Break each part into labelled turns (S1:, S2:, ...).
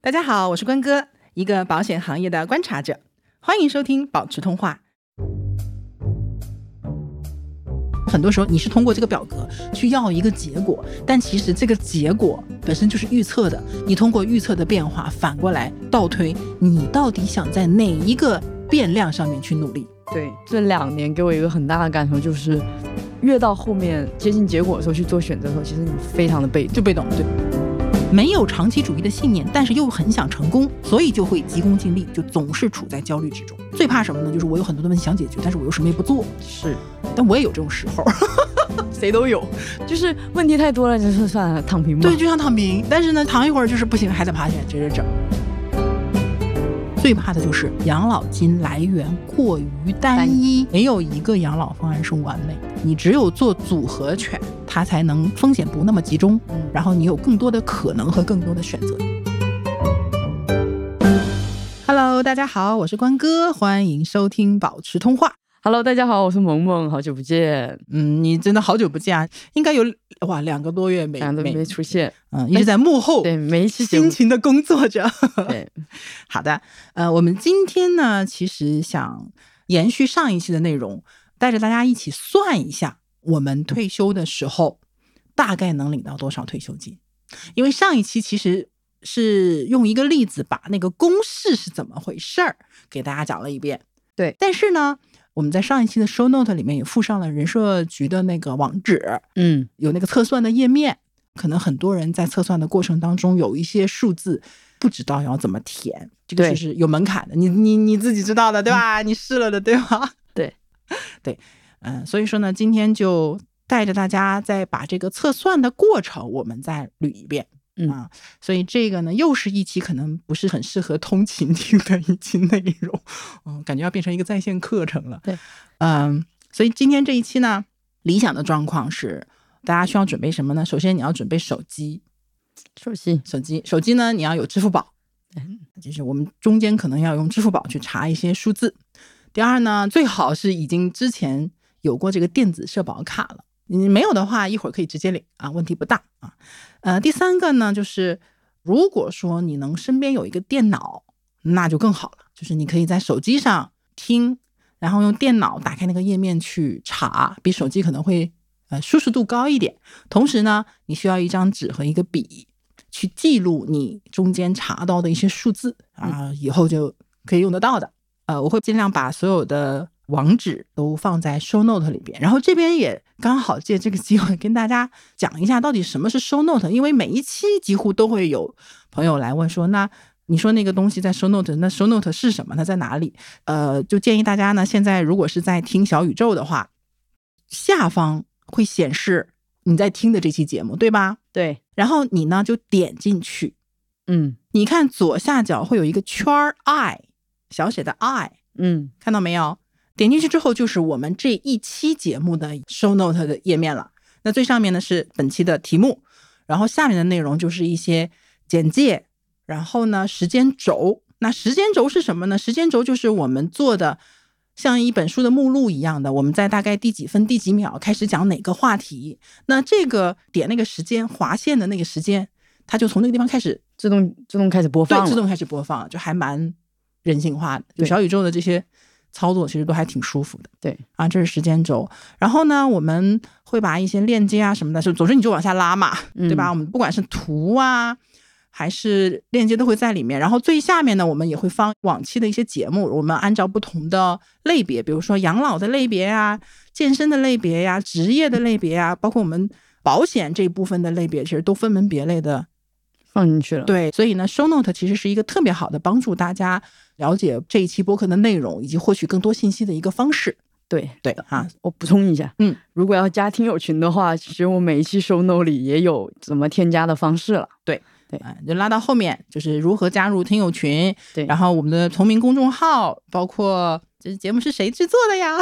S1: 大家好，我是关哥，一个保险行业的观察者，欢迎收听保持通话。很多时候你是通过这个表格去要一个结果，但其实这个结果本身就是预测的。你通过预测的变化，反过来倒推你到底想在哪一个变量上面去努力。
S2: 对，这两年给我一个很大的感受就是，越到后面接近结果的时候去做选择的时候，其实你非常的被动。
S1: 就被动，对，没有长期主义的信念，但是又很想成功，所以就会急功近利，就总是处在焦虑之中。最怕什么呢？就是我有很多的问题想解决，但是我又什么也不做。
S2: 是，
S1: 但我也有这种时候， 谁都有。
S2: 就是问题太多了，就是算了，躺平吧。
S1: 对，，就想躺平，但是呢，躺一会儿就是不行，还得爬起来接着整。最怕的就是养老金来源过于单
S2: 单
S1: 一，没有一个养老方案是完美的。你只有做组合拳，它才能风险不那么集中，
S2: 嗯
S1: 然后你有更多的可能和更多的选择。Hello，大家好，我是关哥，欢迎收听保持通话。
S2: Hello，大家好，我是萌萌，好久不见，
S1: 嗯，你真的好久不见啊，应该有哇两个多月没
S2: 两个都没出现。
S1: 嗯，一直在幕后
S2: 对，每一期节目
S1: 辛，勤的工作着。
S2: 对，
S1: 好的，呃，我们今天呢，其实想延续上一期的内容，带着大家一起算一下，我们退休的时候大概能领到多少退休金。因为上一期其实是用一个例子把那个公式是怎么回事儿给大家讲了一遍。
S2: 对
S1: 但是呢，我们在上一期的 show note 里面也附上了人社局的那个网址，
S2: 嗯，
S1: 有那个测算的页面，可能很多人在测算的过程当中有一些数字不知道要怎么填，这个
S2: 对嗯
S1: 就是有门槛的，你你你自己知道的对吧？你试了的对吧？
S2: 对，
S1: 对，嗯，所以说呢，今天就带着大家再把这个测算的过程我们再捋一遍。
S2: 嗯
S1: 啊，所以这个呢，又是一期可能不是很适合通勤听的一期内容，嗯，感觉要变成一个在线课程了。
S2: 对，
S1: 嗯，所以今天这一期呢，理想的状况是，大家需要准备什么呢？首先你要准备手机，
S2: 首席，
S1: 手机，手机呢你要有支付宝，就是我们中间可能要用支付宝去查一些数字。第二呢，最好是已经之前有过这个电子社保卡了，你没有的话，一会儿可以直接领啊，问题不大啊。呃，第三个呢，就是如果说你能身边有一个电脑，那就更好了，就是你可以在手机上听，然后用电脑打开那个页面去查，比手机可能会呃舒适度高一点。同时呢，你需要一张纸和一个笔，去记录你中间查到的一些数字啊，以后就可以用得到的。呃，我会尽量把所有的网址都放在 show note 里边，然后这边也刚好借这个机会跟大家讲一下到底什么是 show note，因为每一期几乎都会有朋友来问说，那你说那个东西在 show note，那 show note 是什么？它在哪里？呃，就建议大家呢，现在如果是在听小宇宙的话，下方会显示你在听的这期节目，对吧？
S2: 对，
S1: 然后你呢就点进去，
S2: 嗯
S1: 你看左下角会有一个圈儿 i 小写的 i，
S2: 嗯，
S1: 看到没有？点进去之后就是我们这一期节目的 show note 的页面了。那最上面呢是本期的题目，然后下面的内容就是一些简介，然后呢时间轴。那时间轴是什么呢？时间轴就是我们做的像一本书的目录一样的，我们在大概第几分第几秒开始讲哪个话题。那这个点那个时间划线的那个时间，它就从那个地方开始
S2: 自动自动开始播放了，
S1: 对，自动开始播放，就还蛮人性化的。就
S2: 对
S1: 小宇宙的这些操作，其实都还挺舒服的。
S2: 对
S1: 啊，这是时间轴。然后呢，我们会把一些链接啊什么的，就总之你就往下拉嘛，
S2: 嗯
S1: 对吧？我们不管是图啊。还是链接都会在里面，然后最下面呢，我们也会放往期的一些节目，我们按照不同的类别，比如说养老的类别啊、健身的类别呀、职业的类别啊，包括我们保险这一部分的类别，其实都分门别类的
S2: 放进去了。，
S1: 对，所以呢，Show Note 其实是一个特别好的帮助大家了解这一期播客的内容以及获取更多信息的一个方式。
S2: 对
S1: 对啊，
S2: 我补充一下，
S1: 嗯，
S2: 如果要加听友群的话，其实我每一期 show note 里也有怎么添加的方式了。
S1: 啊，就拉到后面就是如何加入听友群，
S2: 对
S1: 然后我们的同名公众号，包括这节目是谁制作的呀？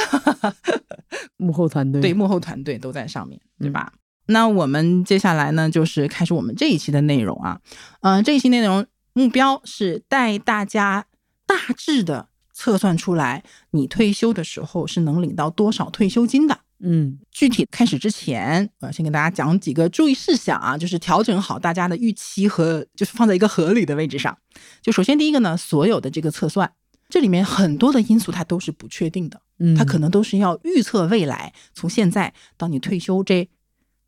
S2: 幕后团队，
S1: 对，嗯幕后团队都在上面，对吧？那我们接下来呢，就是开始我们这一期的内容啊。嗯、这一期内容目标是带大家大致的测算出来，你退休的时候是能领到多少退休金的。
S2: 嗯
S1: 具体开始之前，我要先跟大家讲几个注意事项啊，就是调整好大家的预期和就是放在一个合理的位置上。就首先第一个呢，所有的这个测算，这里面很多的因素它都是不确定的，
S2: 嗯，
S1: 它可能都是要预测未来，从现在到你退休这，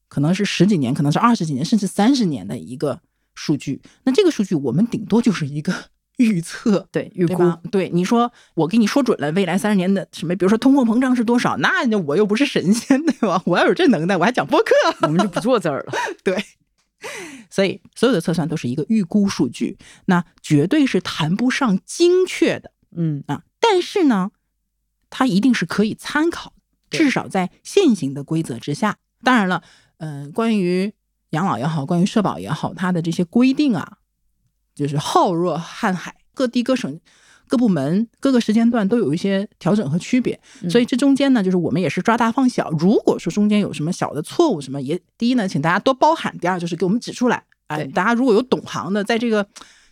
S1: 可能是十几年，可能是二十几年，甚至三十年的一个数据。那这个数据我们顶多就是一个 预测，
S2: 对预
S1: 对
S2: 估，
S1: 吧？对，你说我给你说准了未来三十年的什么，比如说通货膨胀是多少，那我又不是神仙，对吧？我要有这能耐，我还讲播客。
S2: 我们就不坐这儿了。
S1: 所以所有的测算都是一个预估数据，那绝对是谈不上精确的
S2: 嗯
S1: 啊。但是呢，它一定是可以参考的，
S2: 对
S1: 至少在现行的规则之下。当然了，嗯、关于养老也好，关于社保也好，它的这些规定啊，就是浩若瀚海，各地各省。各部门各个时间段都有一些调整和区别，
S2: 嗯
S1: 所以这中间呢，就是我们也是抓大放小。如果说中间有什么小的错误，什么也第一呢，请大家多包涵；第二就是给我们指出来。哎，
S2: 对
S1: 大家如果有懂行的，在这个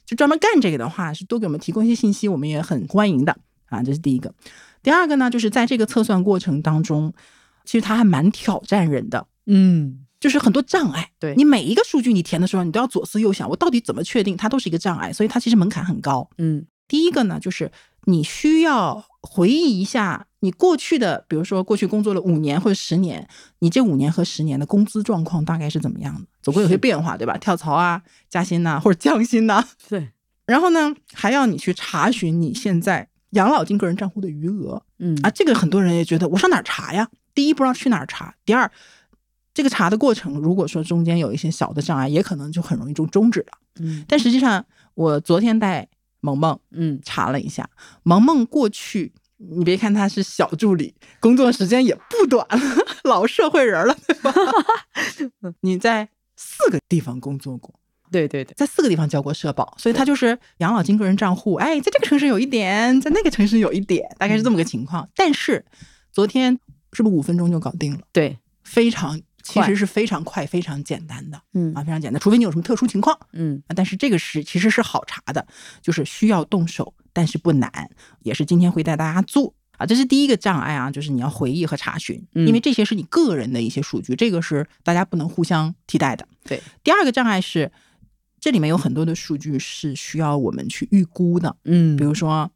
S1: 就专门干这个的话，是多给我们提供一些信息，我们也很欢迎的啊。这是第一个。第二个呢，就是在这个测算过程当中，其实它还蛮挑战人的，
S2: 嗯，
S1: 就是很多障碍。
S2: 对
S1: 你每一个数据你填的时候，你都要左思右想，我到底怎么确定？它都是一个障碍，所以它其实门槛很高。
S2: 嗯
S1: 第一个呢，就是你需要回忆一下你过去的，比如说过去工作了五年或者十年，你这五年和十年的工资状况大概是怎么样的？总会有些
S2: 是
S1: 变化，对吧？跳槽啊、加薪呐、或者降薪呐、
S2: 对，
S1: 然后呢，还要你去查询你现在养老金个人账户的余额
S2: 嗯
S1: 啊。这个很多人也觉得我上哪儿查呀？第一不知道去哪儿查，第二这个查的过程，如果说中间有一些小的障碍，也可能就很容易就终止了。
S2: 嗯
S1: 但实际上，我昨天带萌萌
S2: 嗯
S1: 查了一下，萌萌过去，你别看她是小助理，工作时间也不短了， 老社会人了，对吧？你在四个地方工作过，
S2: 对对对，
S1: 在四个地方交过社保，所以她就是养老金个人账户，哎，在这个城市有一点，在那个城市有一点，大概是这么个情况。但是昨天是不是五分钟就搞定了？
S2: 对，
S1: 非常，其
S2: 快
S1: 实是非常快、非常简单的
S2: 嗯
S1: 啊，非常简单，除非你有什么特殊情况。
S2: 嗯
S1: 啊但是这个是其实是好查的，就是需要动手，但是不难，也是今天会带大家做啊。这是第一个障碍啊，就是你要回忆和查询，
S2: 嗯
S1: 因为这些是你个人的一些数据，这个是大家不能互相替代的。
S2: 对，
S1: 第二个障碍是，这里面有很多的数据是需要我们去预估的，
S2: 嗯
S1: 比如说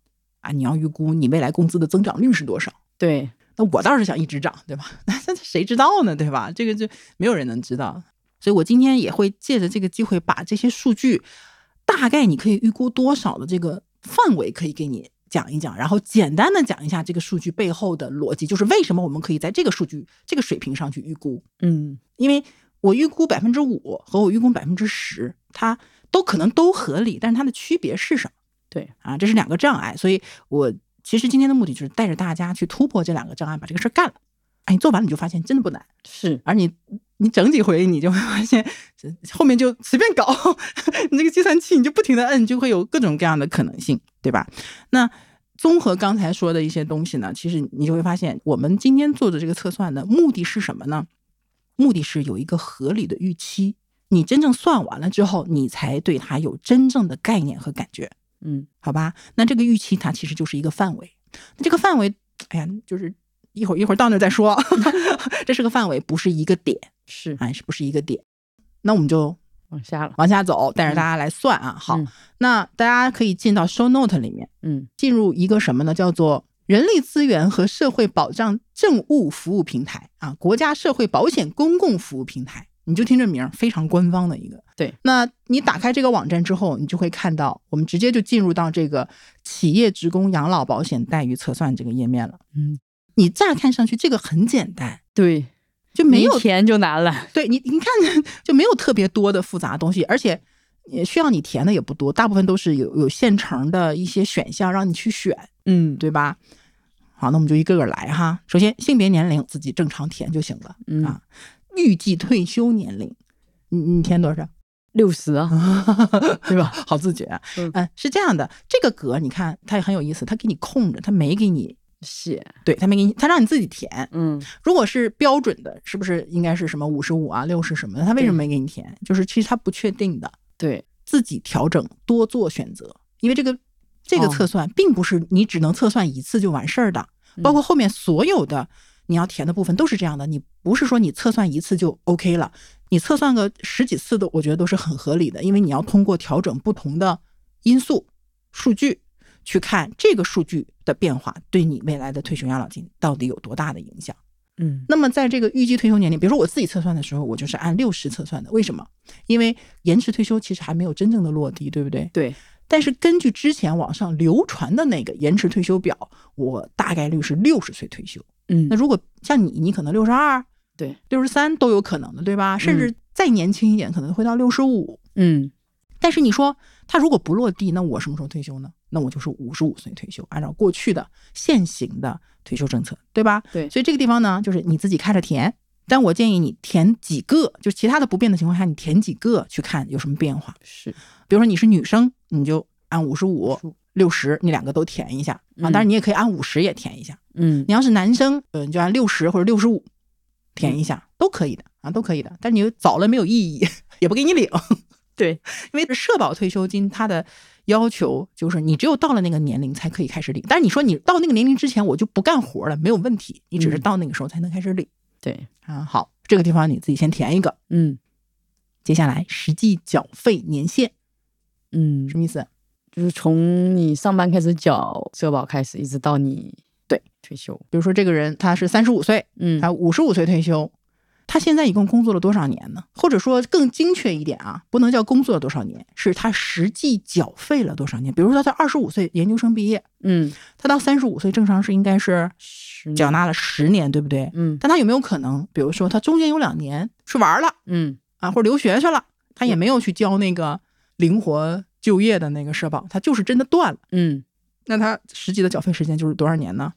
S1: 啊，你要预估你未来工资的增长率是多少。
S2: 对，
S1: 那我倒是想一直涨，对吧？ 那那谁知道呢，对吧？这个就没有人能知道。所以我今天也会借着这个机会，把这些数据，大概你可以预估多少的这个范围，可以给你讲一讲，然后简单的讲一下这个数据背后的逻辑，就是为什么我们可以在这个数据这个水平上去预估。
S2: 嗯
S1: 因为我预估百分之五和我预估百分之十，它都可能都合理，但是它的区别是什么？
S2: 对
S1: 啊，这是两个障碍，所以我其实今天的目的就是带着大家去突破这两个障碍，把这个事儿干了。哎，你做完了你就发现真的不难，
S2: 是，
S1: 而你你整几回你就会发现，这后面就随便搞， 你这个计算器你就不停的摁，就会有各种各样的可能性，对吧？那综合刚才说的一些东西呢，其实你就会发现，我们今天做的这个测算的目的是什么呢？目的是有一个合理的预期，你真正算完了之后，你才对它有真正的概念和感觉。
S2: 嗯
S1: 好吧？那这个预期它其实就是一个范围，那这个范围，哎呀，就是一会儿一会儿到那儿再说， 这是个范围，不是一个点，
S2: 是，
S1: 哎，是不是一个点？那我们就
S2: 往下了，
S1: 往下走，带着大家来算啊。好，
S2: 嗯
S1: 那大家可以进到 show note 里面，
S2: 嗯
S1: 进入一个什么呢？叫做人力资源和社会保障政务服务平台啊，国家社会保险公共服务平台。你就听这名儿，非常官方的一个。
S2: 对，
S1: 那你打开这个网站之后，你就会看到，我们直接就进入到这个企业职工养老保险待遇测算这个页面了。
S2: 嗯，
S1: 你乍看上去这个很简单，
S2: 对，
S1: 就没有
S2: 一填就难了，
S1: 对你，你看就没有特别多的复杂东西，而且也需要你填的也不多，大部分都是有有现成的一些选项让你去选，
S2: 嗯
S1: 对吧？好，那我们就一个个来哈。首先，性别、年龄自己正常填就行了。
S2: 嗯
S1: 啊，预计退休年龄，你你填多少？
S2: 六十啊，
S1: 对吧？好自觉啊。
S2: 嗯
S1: 嗯，是这样的，这个格你看它也很有意思，它给你空着，它没给你，
S2: 写，
S1: 对，它没给你，它让你自己填。
S2: 嗯
S1: 如果是标准的，是不是应该是什么五十五啊、六十什么的？它为什么没给你填？就是其实它不确定的，
S2: 对，
S1: 自己调整，多做选择，因为这个这个
S2: 哦
S1: 测算并不是你只能测算一次就完事儿的，包括后面所有的你要填的部分都是这样的。你不是说你测算一次就 OK 了，你测算个十几次都，我觉得都是很合理的，因为你要通过调整不同的因素、数据去看这个数据的变化对你未来的退休养老金到底有多大的影响。
S2: 嗯
S1: 那么在这个预计退休年龄，比如说我自己测算的时候，我就是按六十测算的。为什么？因为延迟退休其实还没有真正的落地，对不对？
S2: 对，
S1: 但是根据之前网上流传的那个延迟退休表，我大概率是六十岁退休。
S2: 嗯
S1: 那如果像你，你可能六十二、
S2: 对，
S1: 六十三都有可能的，对吧？甚至再年轻一点，可能会到六十五。
S2: 嗯
S1: 但是你说他如果不落地，那我什么时候退休呢？那我就是五十五岁退休，按照过去的现行的退休政策，对吧？
S2: 对
S1: 所以这个地方呢，就是你自己看着填。但我建议你填几个，就其他的不变的情况下，你填几个去看有什么变化。
S2: 是
S1: 比如说你是女生，你就按五十五、六十，你两个都填一下啊。当然，你也可以按五十也填一下。
S2: 嗯
S1: 你要是男生，呃，你就按六十或者六十五填一下，都可以的啊，都可以的。但是你早了没有意义， 也不给你领。
S2: 对，
S1: 因为社保退休金它的要求就是你只有到了那个年龄才可以开始领。但是你说你到那个年龄之前我就不干活了，没有问题，你只是
S2: 嗯
S1: 到那个时候才能开始领、
S2: 对
S1: 啊。好，这个地方你自己先填一个。
S2: 嗯
S1: 接下来实际缴费年限
S2: 嗯
S1: 什么意思？
S2: 就是从你上班开始缴社保开始，一直到你
S1: 对
S2: 退休。
S1: 比如说这个人他是三十五岁，
S2: 嗯
S1: 他啊五十五岁退休，他现在一共工作了多少年呢？或者说更精确一点啊，不能叫工作了多少年，是他实际缴费了多少年。比如说他二十五岁研究生毕业，
S2: 嗯
S1: 他到三十五岁正常是应该是
S2: 十
S1: 缴纳了十年，对不对？
S2: 嗯
S1: 但他有没有可能，比如说他中间有两年去玩了
S2: 嗯
S1: 啊，或者留学去了，他也没有去交那个灵活就业的那个社保，他就是真的断了。
S2: 嗯
S1: 那他实际的缴费时间就是多少年呢？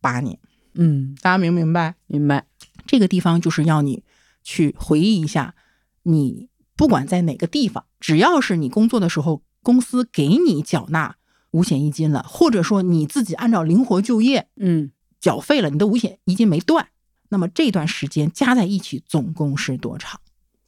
S1: 八年。
S2: 嗯，
S1: 大家明不明白？
S2: 明白。
S1: 这个地方就是要你去回忆一下，你不管在哪个地方，只要是你工作的时候，公司给你缴纳五险一金了，或者说你自己按照灵活就业
S2: 嗯
S1: 缴费了，你的五险一金没断，那么这段时间加在一起总共是多长？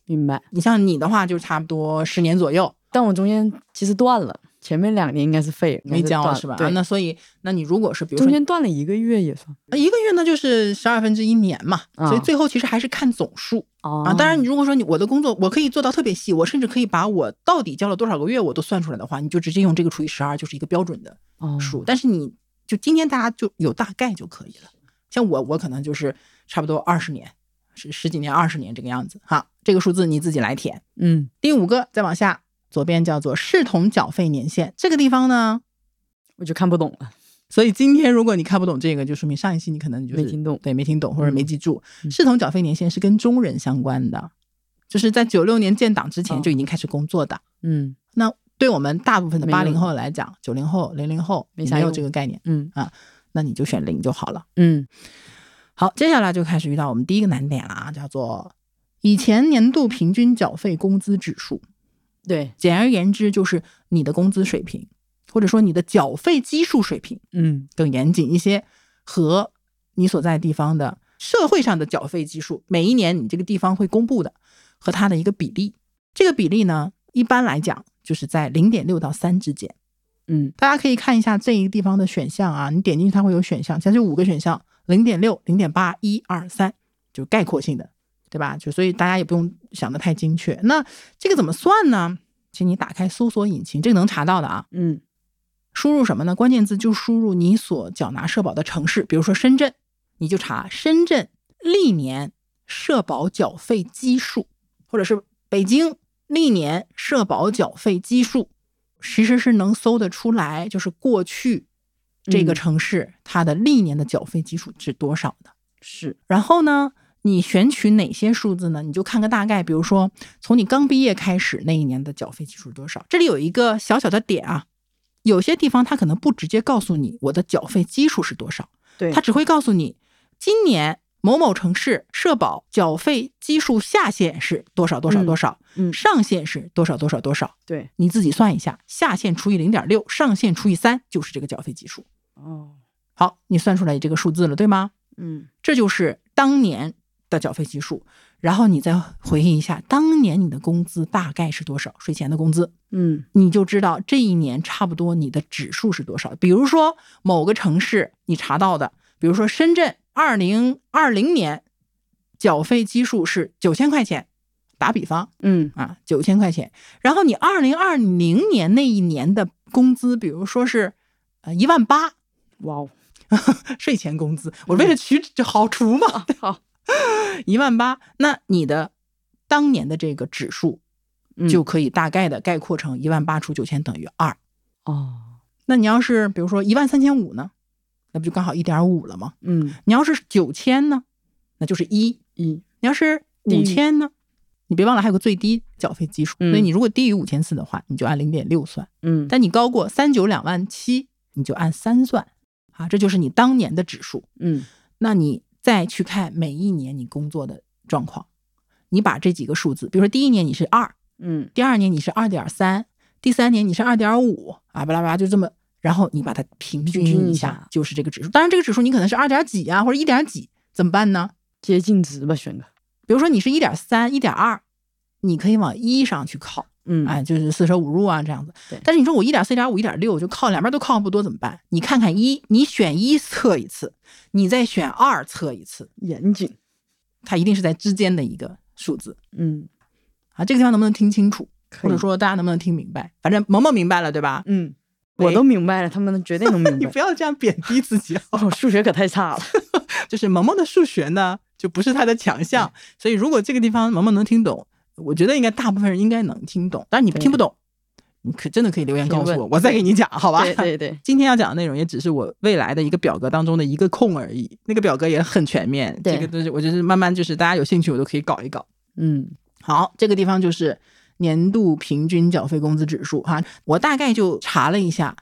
S2: 明白。
S1: 你像你的话，就是差不多十年左右
S2: 但我中间其实断了，前面两年应该是废了，应该
S1: 没交，
S2: 断
S1: 是吧？啊
S2: 对，
S1: 那所以，那你如果是比如说
S2: 中
S1: 你
S2: 间断了一个月也算。
S1: 一个月呢，就是十二分之一年嘛，
S2: 啊
S1: 所以最后其实还是看总数。
S2: 哦
S1: 啊，当然，你如果说你我的工作我可以做到特别细，我甚至可以把我到底交了多少个月我都算出来的话，你就直接用这个除以十二，就是一个标准的
S2: 哦
S1: 数。但是你就今天大家就有大概就可以了。像我，我可能就是差不多二十年，十十几年、二十年这个样子哈。这个数字你自己来填。
S2: 嗯，
S1: 第五个，再往下，左边叫做视同缴费年限，这个地方呢，
S2: 我就看不懂了。
S1: 所以今天如果你看不懂这个，就说明上一期你可能就是
S2: 没听懂
S1: 对，没听懂或者没记住。
S2: 嗯
S1: 视同缴费年限是跟中人相关的，就是在九六年建党之前
S2: 哦
S1: 就已经开始工作的。
S2: 嗯
S1: 那对我们大部分的
S2: 没有
S1: 八零后来讲，九零后、零零后
S2: 没
S1: 你
S2: 啥
S1: 没有
S2: 用
S1: 这个概念，
S2: 嗯
S1: 那你就选零就好了。
S2: 嗯
S1: 好，接下来就开始遇到我们第一个难点了啊，叫做以前年度平均缴费工资指数。
S2: 对，
S1: 简而言之，就是你的工资水平，或者说你的缴费基数水平。
S2: 嗯
S1: 更严谨一些，和你所在地方的社会上的缴费基数，每一年你这个地方会公布的和它的一个比例。这个比例呢，一般来讲就是在零点六到三之间。
S2: 嗯
S1: 大家可以看一下这一个地方的选项啊，你点进去它会有选项，它就五个选项：零点六、零点八、一二三，就概括性的，对吧？就所以大家也不用想的太精确。那这个怎么算呢？请你打开搜索引擎，这个能查到的啊。
S2: 嗯
S1: 输入什么呢？关键字就输入你所缴纳社保的城市，比如说深圳，你就查深圳历年社保缴费基数，或者是北京历年社保缴费基数，其实是能搜得出来，就是过去这个
S2: 嗯
S1: 城市它的历年的缴费基数是多少的。
S2: 是
S1: 然后呢，你选取哪些数字呢？你就看个大概，比如说从你刚毕业开始那一年的缴费基数是多少。这里有一个小小的点啊，有些地方它可能不直接告诉你我的缴费基数是多少，
S2: 对
S1: 它只会告诉你今年某某城市社保缴费基数下限是多少多少多少，
S2: 嗯
S1: 上限是多少多少多少。
S2: 对
S1: 你自己算一下，下限除以零点六，上限除以三就是这个缴费基数。
S2: 哦
S1: 好，你算出来这个数字了，对吗？
S2: 嗯
S1: 这就是当年的缴费基数。然后你再回忆一下，当年你的工资大概是多少？税前的工资，
S2: 嗯
S1: 你就知道这一年差不多你的指数是多少。比如说某个城市，你查到的比如说深圳二零二零年缴费基数是九千块钱，打比方
S2: 嗯
S1: 啊，九千块钱。然后你二零二零年那一年的工资，比如说是呃一万八
S2: 哇哦，
S1: 税前工资，我为了取这好除嘛，
S2: 嗯 好，
S1: 一万八，那你的当年的这个指数
S2: 嗯
S1: 就可以大概的概括成一万八除九千等于二。
S2: 哦，
S1: 那你要是比如说一万三千五呢，那不就刚好一点五了吗？
S2: 嗯
S1: 你要是九千呢，那就是一；
S2: 一
S1: 你要是
S2: 嗯低于
S1: 五千呢，你别忘了还有个最低缴费基数，
S2: 嗯
S1: 所以你如果低于五千四的话，你就按零点六算；
S2: 嗯
S1: 但你高过三九两万七，你就按三算。啊，这就是你当年的指数。
S2: 嗯
S1: 那你再去看每一年你工作的状况，你把这几个数字，比如说第一年你是二，
S2: 嗯
S1: 第二年你是二点三，第三年你是二点五啊，巴拉巴拉就这么，然后你把它平均
S2: 平均一
S1: 一
S2: 下
S1: 下，就是这个指数。当然，这个指数你可能是二点几啊，或者一点几，怎么办呢？
S2: 接近值吧，选个
S1: 比如说你是一点三、一点二，你可以往一上去靠，
S2: 嗯
S1: 哎，就是四舍五入啊这样子
S2: 对。
S1: 但是你说我一点四、一点五、一点六，就靠两边都靠不多怎么办？你看看一，你选一测一次，你再选二测一次，
S2: 严谨
S1: 它一定是在之间的一个数字
S2: 嗯
S1: 啊。这个地方能不能听清楚，
S2: 可
S1: 或
S2: 以
S1: 者说大家能不能听明白？反正萌萌明白了，对吧？
S2: 嗯我都明白了，他们绝对能明
S1: 你
S2: 白
S1: 不。要这样贬低自己哦。
S2: 哦，数学可太差了。
S1: 就是萌萌的数学呢，就不是她的强项，所以如果这个地方萌萌能听懂，我觉得应该大部分人应该能听懂。但是你
S2: 对
S1: 听不懂，你可真的可以留言告诉
S2: 评
S1: 我，
S2: 论
S1: 我再给你讲，好吧？
S2: 对对对，
S1: 今天要讲的内容也只是我未来的一个表格当中的一个空而已，那个表格也很全面。
S2: 对
S1: 这个东西我就是慢慢就是大家有兴趣我都可以搞一搞。
S2: 嗯
S1: 好，这个地方就是年度平均缴费工资指数哈、我大概就查了一下，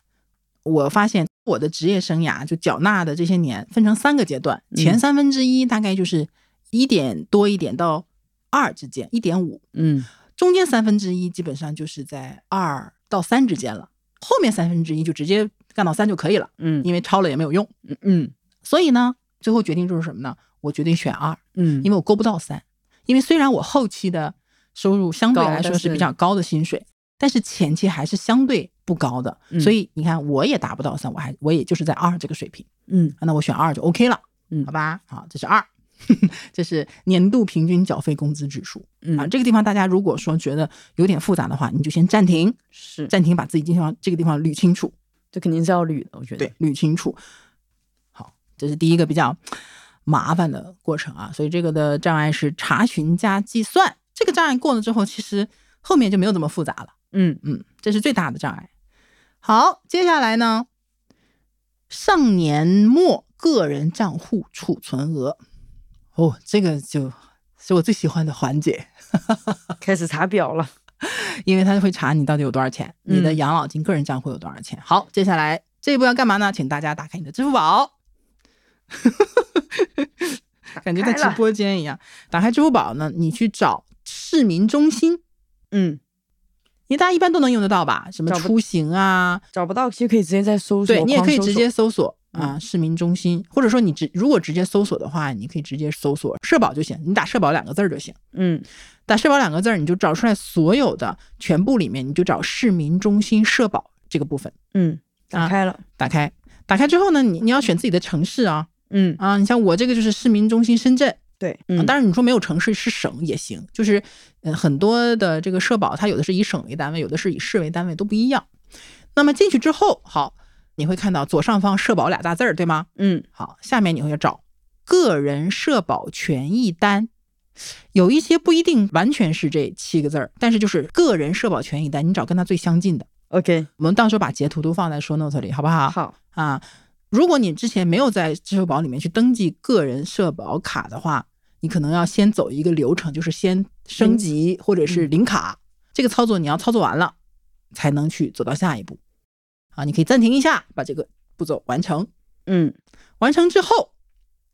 S1: 我发现我的职业生涯就缴纳的这些年分成三个阶段，
S2: 嗯
S1: 前三分之一大概就是一点多一点到二之间，一点五，
S2: 嗯
S1: 中间三分之一基本上就是在二到三之间了，后面三分之一就直接干到三就可以了，
S2: 嗯
S1: 因为超了也没有用。
S2: 嗯嗯
S1: 所以呢，最后决定就是什么呢？我决定选二。
S2: 嗯
S1: 因为我勾不到三，因为虽然我后期的收入相对
S2: 高
S1: 来说
S2: 但
S1: 是
S2: 是
S1: 比较高的薪水，但是前期还是相对不高的，
S2: 嗯
S1: 所以你看我也达不到三，我还我也就是在二这个水平，
S2: 嗯
S1: 那我选二就 OK 了，
S2: 嗯
S1: 好吧，好，这是二。 这是年度平均缴费工资指数
S2: 嗯
S1: 啊，这个地方大家如果说觉得有点复杂的话，你就先暂停，
S2: 是，
S1: 暂停把自己地方这个地方捋清楚，
S2: 这肯定是要捋的，我觉得。
S1: 对，捋清楚。好，这是第一个比较麻烦的过程啊，所以这个的障碍是查询加计算。这个障碍过了之后，其实后面就没有这么复杂了。
S2: 嗯
S1: 嗯，这是最大的障碍。好，接下来呢，上年末个人账户储存额，哦，这个就是我最喜欢的环节，
S2: 啊开始查表了。
S1: 因为他会查你到底有多少钱，你的
S2: 嗯
S1: 养老金、个人账户有多少钱。好，接下来这一步要干嘛呢？请大家打开你的支付宝，感觉在直播间一样。打开支付宝呢，你去找市民中心，
S2: 嗯，
S1: 因为大家一般都能用得到吧？什么
S2: 找不
S1: 出行啊，
S2: 找不到其实可以直接在搜索，
S1: 对你也可以
S2: 狂搜
S1: 直
S2: 索嗯
S1: 接搜索啊，市民中心，或者说你直如果直接搜索的话，你可以直接搜索社保就行，你打社保两个字儿就行。
S2: 嗯
S1: 打社保两个字儿，你就找出来所有的全部里面，你就找市民中心社保这个部分。
S2: 嗯打
S1: 啊
S2: 开了，
S1: 打开，打开之后呢，你你要选自己的城市啊
S2: 嗯
S1: 啊！你像我这个就是市民中心深圳，
S2: 对，
S1: 啊
S2: 嗯
S1: 当然你说没有城市是省也行，就是呃很多的这个社保它有的是以省为单位，有的是以市为单位，都不一样。那么进去之后，好，你会看到左上方社保俩大字儿，对吗？
S2: 嗯
S1: 好，下面你会找个人社保权益单，有一些不一定完全是这七个字儿，但是就是个人社保权益单，你找跟它最相近的。
S2: ，OK，
S1: 我们到时候把截图都放在 show note 里，好不好？
S2: 好，
S1: 啊，如果你之前没有在支付宝里面去登记个人社保卡的话，你可能要先走一个流程，就是先升级或者是领卡，这个操作你要操作完了，才能去走到下一步。啊，你可以暂停一下，把这个步骤完成。
S2: 嗯
S1: 完成之后，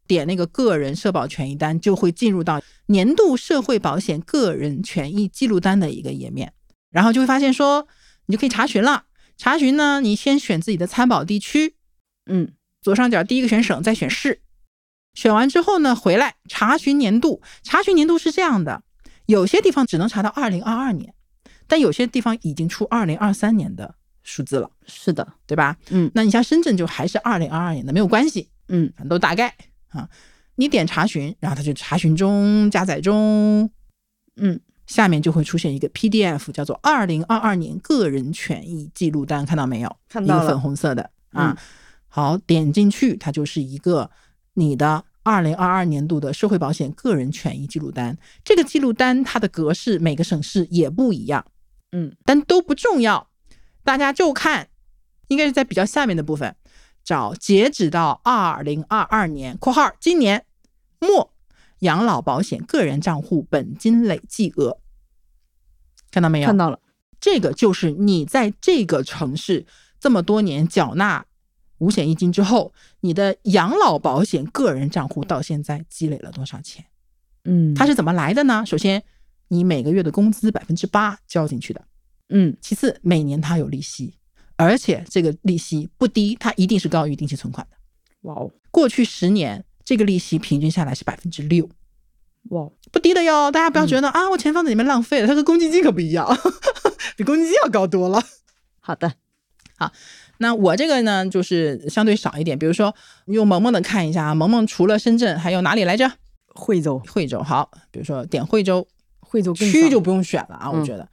S1: 点那个个人社保权益单，就会进入到年度社会保险个人权益记录单的一个页面，然后就会发现说，你就可以查询了。查询呢，你先选自己的参保地区，
S2: 嗯
S1: 左上角第一个选省，再选市。选完之后呢，回来查询年度。查询年度是这样的，有些地方只能查到二零二二年，但有些地方已经出二零二三年的数字了，
S2: 是的，
S1: 对吧？
S2: 嗯
S1: 那你像深圳就还是二零二二年的，没有关系，
S2: 嗯
S1: 反正都大概啊。你点查询，然后它就查询中、加载中，
S2: 嗯，
S1: 下面就会出现一个 PDF，叫做《二零二二年个人权益记录单》，看到没有？
S2: 看
S1: 一
S2: 到
S1: 个
S2: 了
S1: 粉红色的啊。
S2: 嗯
S1: 好，点进去，它就是一个你的二零二二年度的社会保险个人权益记录单。这个记录单它的格式每个省市也不一样，
S2: 嗯，
S1: 但都不重要，大家就看，应该是在比较下面的部分，找截止到二零二二年（括号今年末）养老保险个人账户本金累计额，看到没有？
S2: 看到了，
S1: 这个就是你在这个城市这么多年缴纳五险一金之后，你的养老保险个人账户到现在积累了多少钱？
S2: 嗯，
S1: 它是怎么来的呢？首先，你每个月的工资百分之八交进去的；
S2: 嗯
S1: 其次，每年它有利息，而且这个利息不低，它一定是高于定期存款的。
S2: 哇哦
S1: 过去十年，这个利息平均下来是百分之六，
S2: 哇哦
S1: 不低的哟。大家不要觉得、啊，我钱放在里面浪费了，它跟公积金可不一样， 比公积金要高多了。
S2: 好的
S1: 那我这个呢，就是相对少一点。比如说，用萌萌的看一下啊，萌萌除了深圳还有哪里来着？
S2: 惠州
S1: 惠州。好，比如说点惠州
S2: 惠州更
S1: 区
S2: 爽
S1: 就不用选了啊，
S2: 嗯
S1: 我觉得。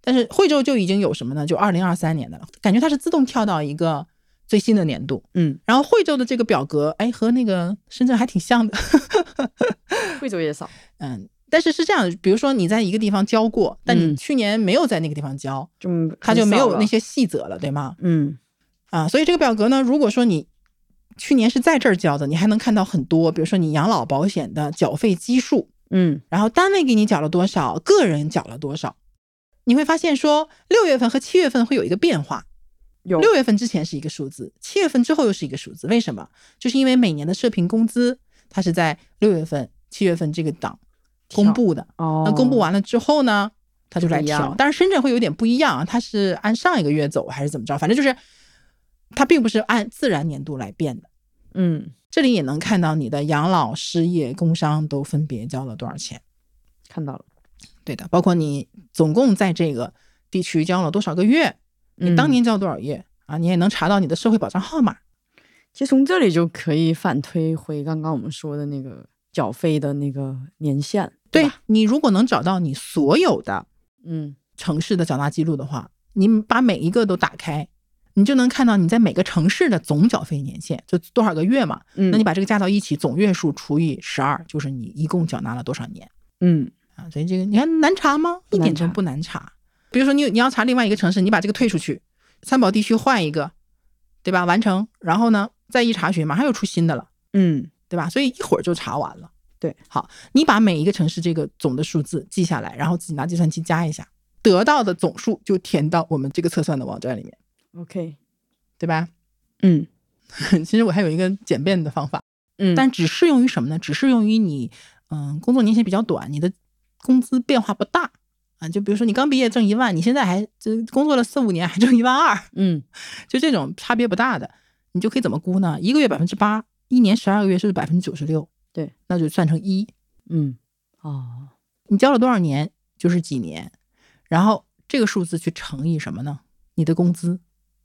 S1: 但是惠州就已经有什么呢？就二零二三年的了，感觉它是自动跳到一个最新的年度。
S2: 嗯
S1: 然后惠州的这个表格，哎，和那个深圳还挺像的。
S2: 惠州也少
S1: 嗯，但是是这样的，比如说你在一个地方交过，但你
S2: 嗯
S1: 去年没有在那个地方交，
S2: 就
S1: 它就
S2: 很
S1: 没
S2: 少
S1: 有
S2: 了
S1: 那些细则了，对吗？
S2: 嗯
S1: 啊，所以这个表格呢，如果说你去年是在这儿交的，你还能看到很多，比如说你养老保险的缴费基数，
S2: 嗯
S1: 然后单位给你缴了多少，个人缴了多少，你会发现说六月份和七月份会有一个变化。
S2: 有
S1: 六月份之前是一个数字，七月份之后又是一个数字，为什么？就是因为每年的社平工资它是在六月份、七月份这个档公布的，
S2: 哦
S1: 那公布完了之后呢，他就来
S2: 不一
S1: 调
S2: 样。
S1: 但是深圳会有点不一样啊，它是按上一个月走还是怎么着？反正就是它并不是按自然年度来变的。
S2: 嗯
S1: 这里也能看到你的养老、失业、工伤都分别交了多少钱。
S2: 看到了
S1: 对的，包括你总共在这个地区交了多少个月，你当
S2: 嗯
S1: 年交多少月、啊？你也能查到你的社会保障号码。
S2: 其实从这里就可以反推回刚刚我们说的那个缴费的那个年限
S1: 对
S2: 吧
S1: 你如果能找到你所有的
S2: 嗯
S1: 城市的缴纳记录的话，你把每一个都打开，你就能看到你在每个城市的总缴费年限，就多少个月嘛。
S2: 嗯
S1: 那你把这个加到一起，总月数除以十二，就是你一共缴纳了多少年
S2: 嗯
S1: 啊？所以这个你看难查吗？
S2: 不
S1: 一
S2: 难
S1: 点都
S2: 查
S1: 不难查。比如说你你要查另外一个城市，你把这个退出去，三保地区换一个，对吧？完成，然后呢再一查询，马上又出新的了，
S2: 嗯
S1: 对吧？所以一会儿就查完了。
S2: 对，
S1: 好，你把每一个城市这个总的数字记下来，然后自己拿计算器加一下，得到的总数就填到我们这个测算的网站里面，
S2: OK
S1: 对吧？
S2: 嗯
S1: 其实我还有一个简便的方法。
S2: 嗯
S1: 但只适用于什么呢？只适用于你，嗯，工作年限比较短，你的工资变化不大啊。就比如说你刚毕业挣一万，你现在还这工作了四五年还挣一万二，
S2: 嗯
S1: 就这种差别不大的，你就可以怎么估呢？一个月百分之八，一年十二个月是百分之九十六，
S2: 对，
S1: 那就算成一，
S2: 嗯哦
S1: 你交了多少年就是几年，然后这个数字去乘以什么呢？你的工资，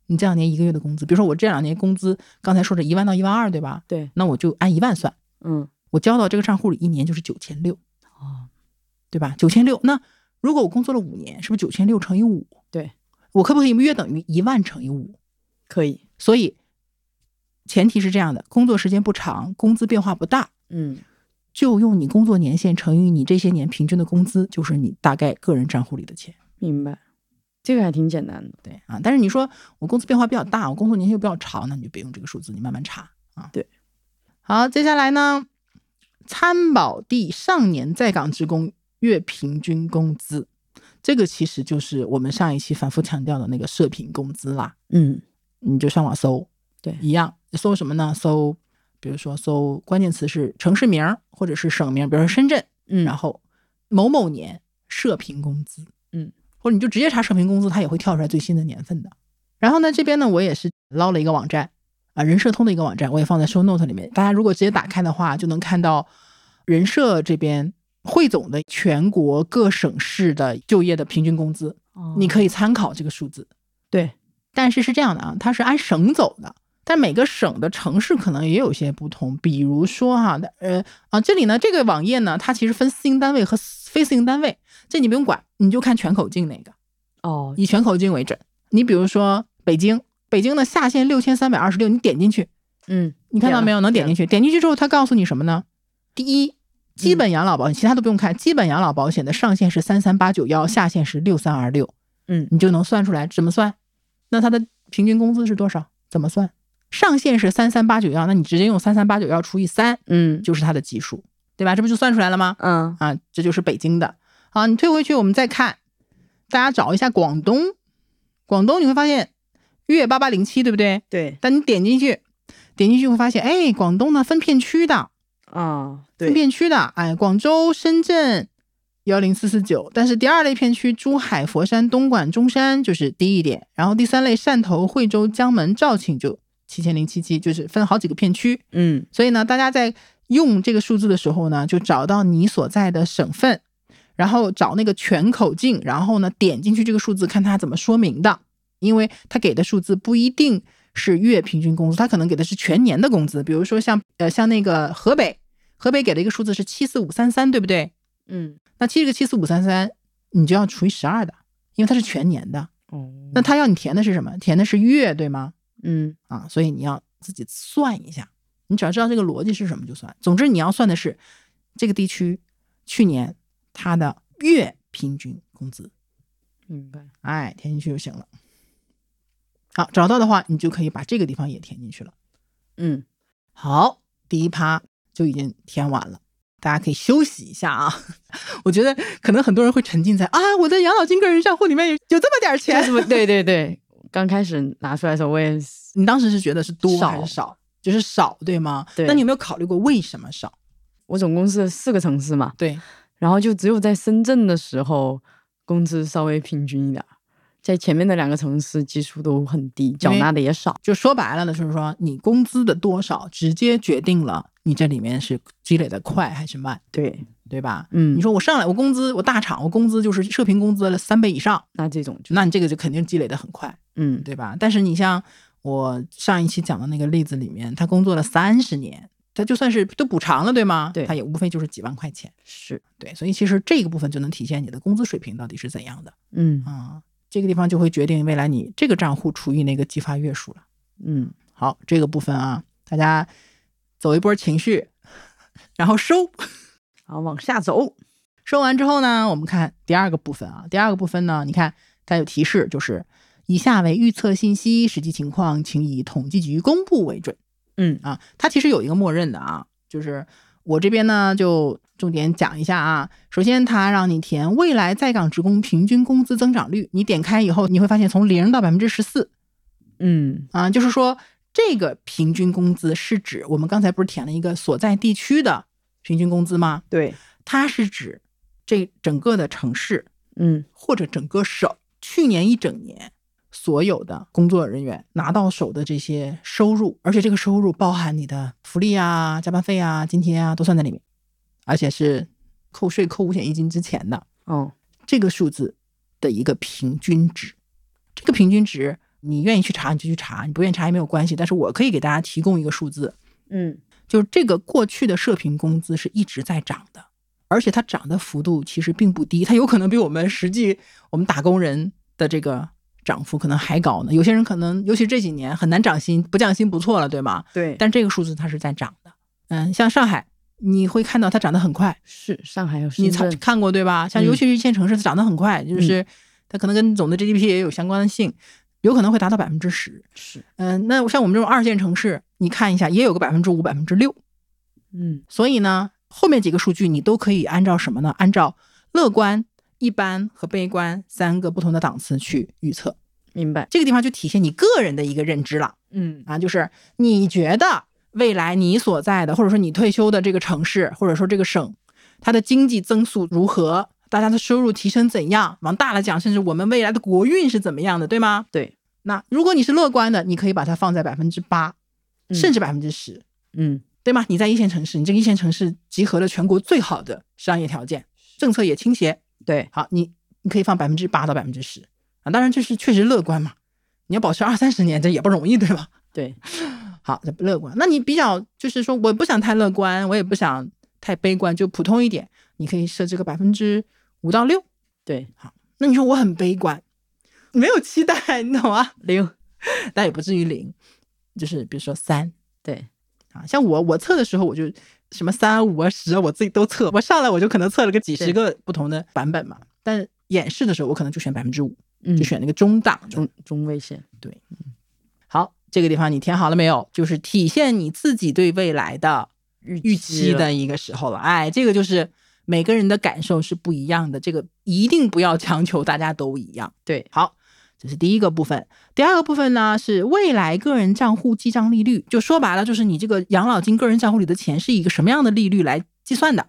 S1: 你这两年一个月的工资，比如说我这两年工资，刚才说是一万到一万二，对吧？
S2: 对
S1: 那我就按一万算。
S2: 嗯
S1: 我交到这个账户里一年就是九千六，
S2: 哦
S1: 对吧？九千六，那如果我工作了五年，是不是九千六乘以五？
S2: 对，
S1: 我可不可以约等于一万乘以五？
S2: 可以
S1: 所以前提是这样的：工作时间不长，工资变化不大，
S2: 嗯
S1: 就用你工作年限乘以你这些年平均的工资，就是你大概个人账户里的钱。
S2: 明白这个还挺简单的
S1: 对啊，但是你说我工资变化比较大，我工作年限又比较长，那你就别用这个数字，你慢慢查啊。
S2: 对，
S1: 好，接下来呢，参保地上年在岗职工月平均工资，这个其实就是我们上一期反复强调的那个社平工资啦。
S2: 嗯
S1: 你就上网搜，
S2: 对
S1: 一样搜什么呢？搜，比如说搜关键词是城市名儿或者是省名儿，比如说深圳，
S2: 嗯
S1: 然后某某年社平工资，
S2: 嗯，
S1: 或者你就直接查社平工资，它也会跳出来最新的年份的。然后呢，这边呢，我也是捞了一个网站啊，人社通的一个网站，我也放在 show note 里面。大家如果直接打开的话，就能看到人社这边汇总的全国各省市的就业的平均工资，
S2: 哦
S1: 你可以参考这个数字。
S2: 对
S1: 但是是这样的啊，它是按省走的，但每个省的城市可能也有些不同，比如说哈，呃啊，这里呢，这个网页呢，它其实分私营单位和非私营单位，这你不用管，你就看全口径哪个，
S2: 哦，
S1: 以全口径为准。你比如说北京，北京的下限六千三百二十六，你点进去，
S2: 嗯，
S1: 你看到没有？能点嗯进
S2: 去，
S1: 去，点进去之后，它告诉你什么呢？第一，基本养老保险，其他都不用看，基本养老保险的上限是三三八九幺，下限是六三二六，
S2: 嗯
S1: 你就能算出来怎么算。那它的平均工资是多少？怎么算？上限是三三八九幺，那你直接用三三八九幺除以三，
S2: 嗯
S1: 就是它的基数，对吧？这不就算出来了吗？
S2: 嗯，
S1: 啊，这就是北京的。好，你退回去，我们再看，大家找一下广东，广东你会发现粤八八零七，对不对？
S2: 对
S1: 但你点进去，点进去会发现，哎，广东呢分片区的，
S2: 啊，
S1: 分
S2: 对，
S1: 片区的，哎，广州、深圳幺零四四九，但是第二类片区，珠海、佛山、东莞、中山就是低一点，然后第三类汕头、惠州、江门、肇庆就七千零七七，就是分好几个片区。
S2: 嗯
S1: 所以呢，大家在用这个数字的时候呢，就找到你所在的省份，然后找那个全口径，然后呢点进去这个数字，看它怎么说明的。因为它给的数字不一定是月平均工资，它可能给的是全年的工资。比如说像呃像那个河北，河北给的一个数字是七四五三三，对不对？
S2: 嗯，
S1: 那七这个七四五三三，你就要除以十二的，因为它是全年的。
S2: 哦，
S1: 那它要你填的是什么？填的是月，对吗？
S2: 嗯
S1: 啊，所以你要自己算一下，你只要知道这个逻辑是什么就算。总之，你要算的是这个地区去年它的月平均工资，
S2: 明白，
S1: 哎，填进去就行了。好，找到的话，你就可以把这个地方也填进去了。
S2: 嗯
S1: 好，第一趴就已经填完了，大家可以休息一下啊。 我觉得可能很多人会沉浸在啊，我的养老金个人账户里面有有这么点儿
S2: 但
S1: 钱，
S2: 是我对对对，刚开始拿出来的时候我也是
S1: 你当时是觉得是多还
S2: 少
S1: 是少？就是少，对吗？
S2: 对
S1: 那你有没有考虑过为什么少？
S2: 我总共是四个城市嘛，
S1: 对，
S2: 然后就只有在深圳的时候工资稍微平均一点儿，在前面的两个城市基数都很低，缴纳的也少。
S1: 就说白了呢，就是说你工资的多少直接决定了你这里面是积累的快还是慢，
S2: 对，
S1: 对吧？
S2: 嗯，
S1: 你说我上来我工资我大厂我工资就是社平工资的三倍以上，
S2: 那这种就
S1: 那你这个就肯定积累的很快，
S2: 嗯
S1: 对吧？但是你像我上一期讲的那个例子里面，他工作了三十年，他就算是都补偿了，对吗？
S2: 对
S1: 他也无非就是几万块钱，
S2: 是
S1: 对，所以其实这个部分就能体现你的工资水平到底是怎样的
S2: 嗯
S1: 啊、这个地方就会决定未来你这个账户除以那个计发月数了。
S2: 嗯
S1: 好，这个部分啊，大家走一波情绪， 然后收。
S2: 好往下走
S1: 收完之后呢，我们看第二个部分啊。第二个部分呢，你看它有提示，就是以下为预测信息，实际情况请以统计局公布为准
S2: 嗯
S1: 啊。它其实有一个默认的啊，就是我这边呢就重点讲一下啊。首先，它让你填未来在岗职工平均工资增长率，你点开以后，你会发现从零到百分之十四，
S2: 嗯
S1: 啊，就是说这个平均工资是指我们刚才不是填了一个所在地区的平均工资吗？
S2: 对
S1: 它是指这整个的城市
S2: 嗯
S1: 或者整个省去年一整年所有的工作人员拿到手的这些收入，而且这个收入包含你的福利啊、加班费啊、津贴啊都算在里面，而且是扣税、扣五险一金之前的。
S2: 哦
S1: 这个数字的一个平均值。这个平均值，你愿意去查你就去查，你不愿意查也没有关系。但是我可以给大家提供一个数字，
S2: 嗯
S1: 就是这个过去的社平工资是一直在涨的，而且它涨的幅度其实并不低，它有可能比我们实际我们打工人的这个涨幅可能还高呢。有些人可能，尤其这几年很难涨薪，不降薪不错了，对吗？
S2: 对，
S1: 但这个数字它是在涨的。嗯，像上海，你会看到它涨得很快，
S2: 是上海有
S1: 你
S2: 深
S1: 才
S2: 圳
S1: 看过对吧？像尤
S2: 嗯
S1: 其是一线城市，它涨得很快，就是它可能跟总的 GDP 也有相关性，有可能会达到百分之十。
S2: 是
S1: 嗯，那像我们这种二线城市，你看一下，也有个百分之五、百分之六。
S2: 嗯
S1: 所以呢，后面几个数据你都可以按照什么呢？按照乐观、一般和悲观三个不同的档次去预测。
S2: 明白
S1: 这个地方就体现你个人的一个认知了
S2: 嗯
S1: 啊，就是你觉得未来你所在的，或者说你退休的这个城市，或者说这个省它的经济增速如何，大家的收入提升怎样，往大了讲，甚至我们未来的国运是怎么样的，对吗？
S2: 对
S1: 那如果你是乐观的，你可以把它放在百分之八，
S2: 嗯
S1: 甚至百分之十，
S2: 嗯
S1: 对吗？你在一线城市，你这个一线城市集合了全国最好的商业条件，政策也倾斜，
S2: 对
S1: 好，你你可以放百分之八到百分之十啊，当然这是确实乐观嘛，你要保持二三十年，这也不容易，对吧？
S2: 对
S1: 好，这不乐观。那你比较就是说，我不想太乐观，我也不想太悲观，就普通一点。你可以设置个百分之五到六。
S2: 对，
S1: 那你说我很悲观，没有期待，你懂吗？
S2: 零，
S1: 但也不至于零，就是比如说三
S2: 对，
S1: 啊，像我我测的时候，我就什么三啊五啊十啊，我自己都测。我上来我就可能测了个几十
S2: 对
S1: 个不同的版本嘛。但演示的时候，我可能就选百分之五，
S2: 嗯
S1: 就，选了个中档的。
S2: 中中位线，
S1: 好，这个地方你填好了没有？就是体现你自己对未来的
S2: 预
S1: 预期
S2: 了
S1: 的一个时候了。哎，这个就是每个人的感受是不一样的，这个一定不要强求大家都一样。
S2: 对，
S1: 好，这是第一个部分。第二个部分呢是未来个人账户记账利率，就说白了就是你这个养老金个人账户里的钱是以一个什么样的利率来计算的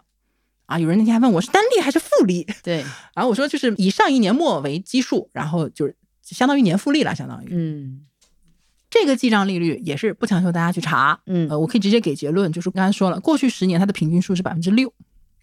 S1: 啊？有人那天还问我是单利还是复利，
S2: 对，
S1: 然后我说就是以上一年末为基数，然后就是相当于年复利了，相当于
S2: 嗯
S1: 这个记账利率也是不强求大家去查。
S2: 嗯，
S1: 呃，我可以直接给结论，就是刚才说了，过去十年它的平均数是百分之六，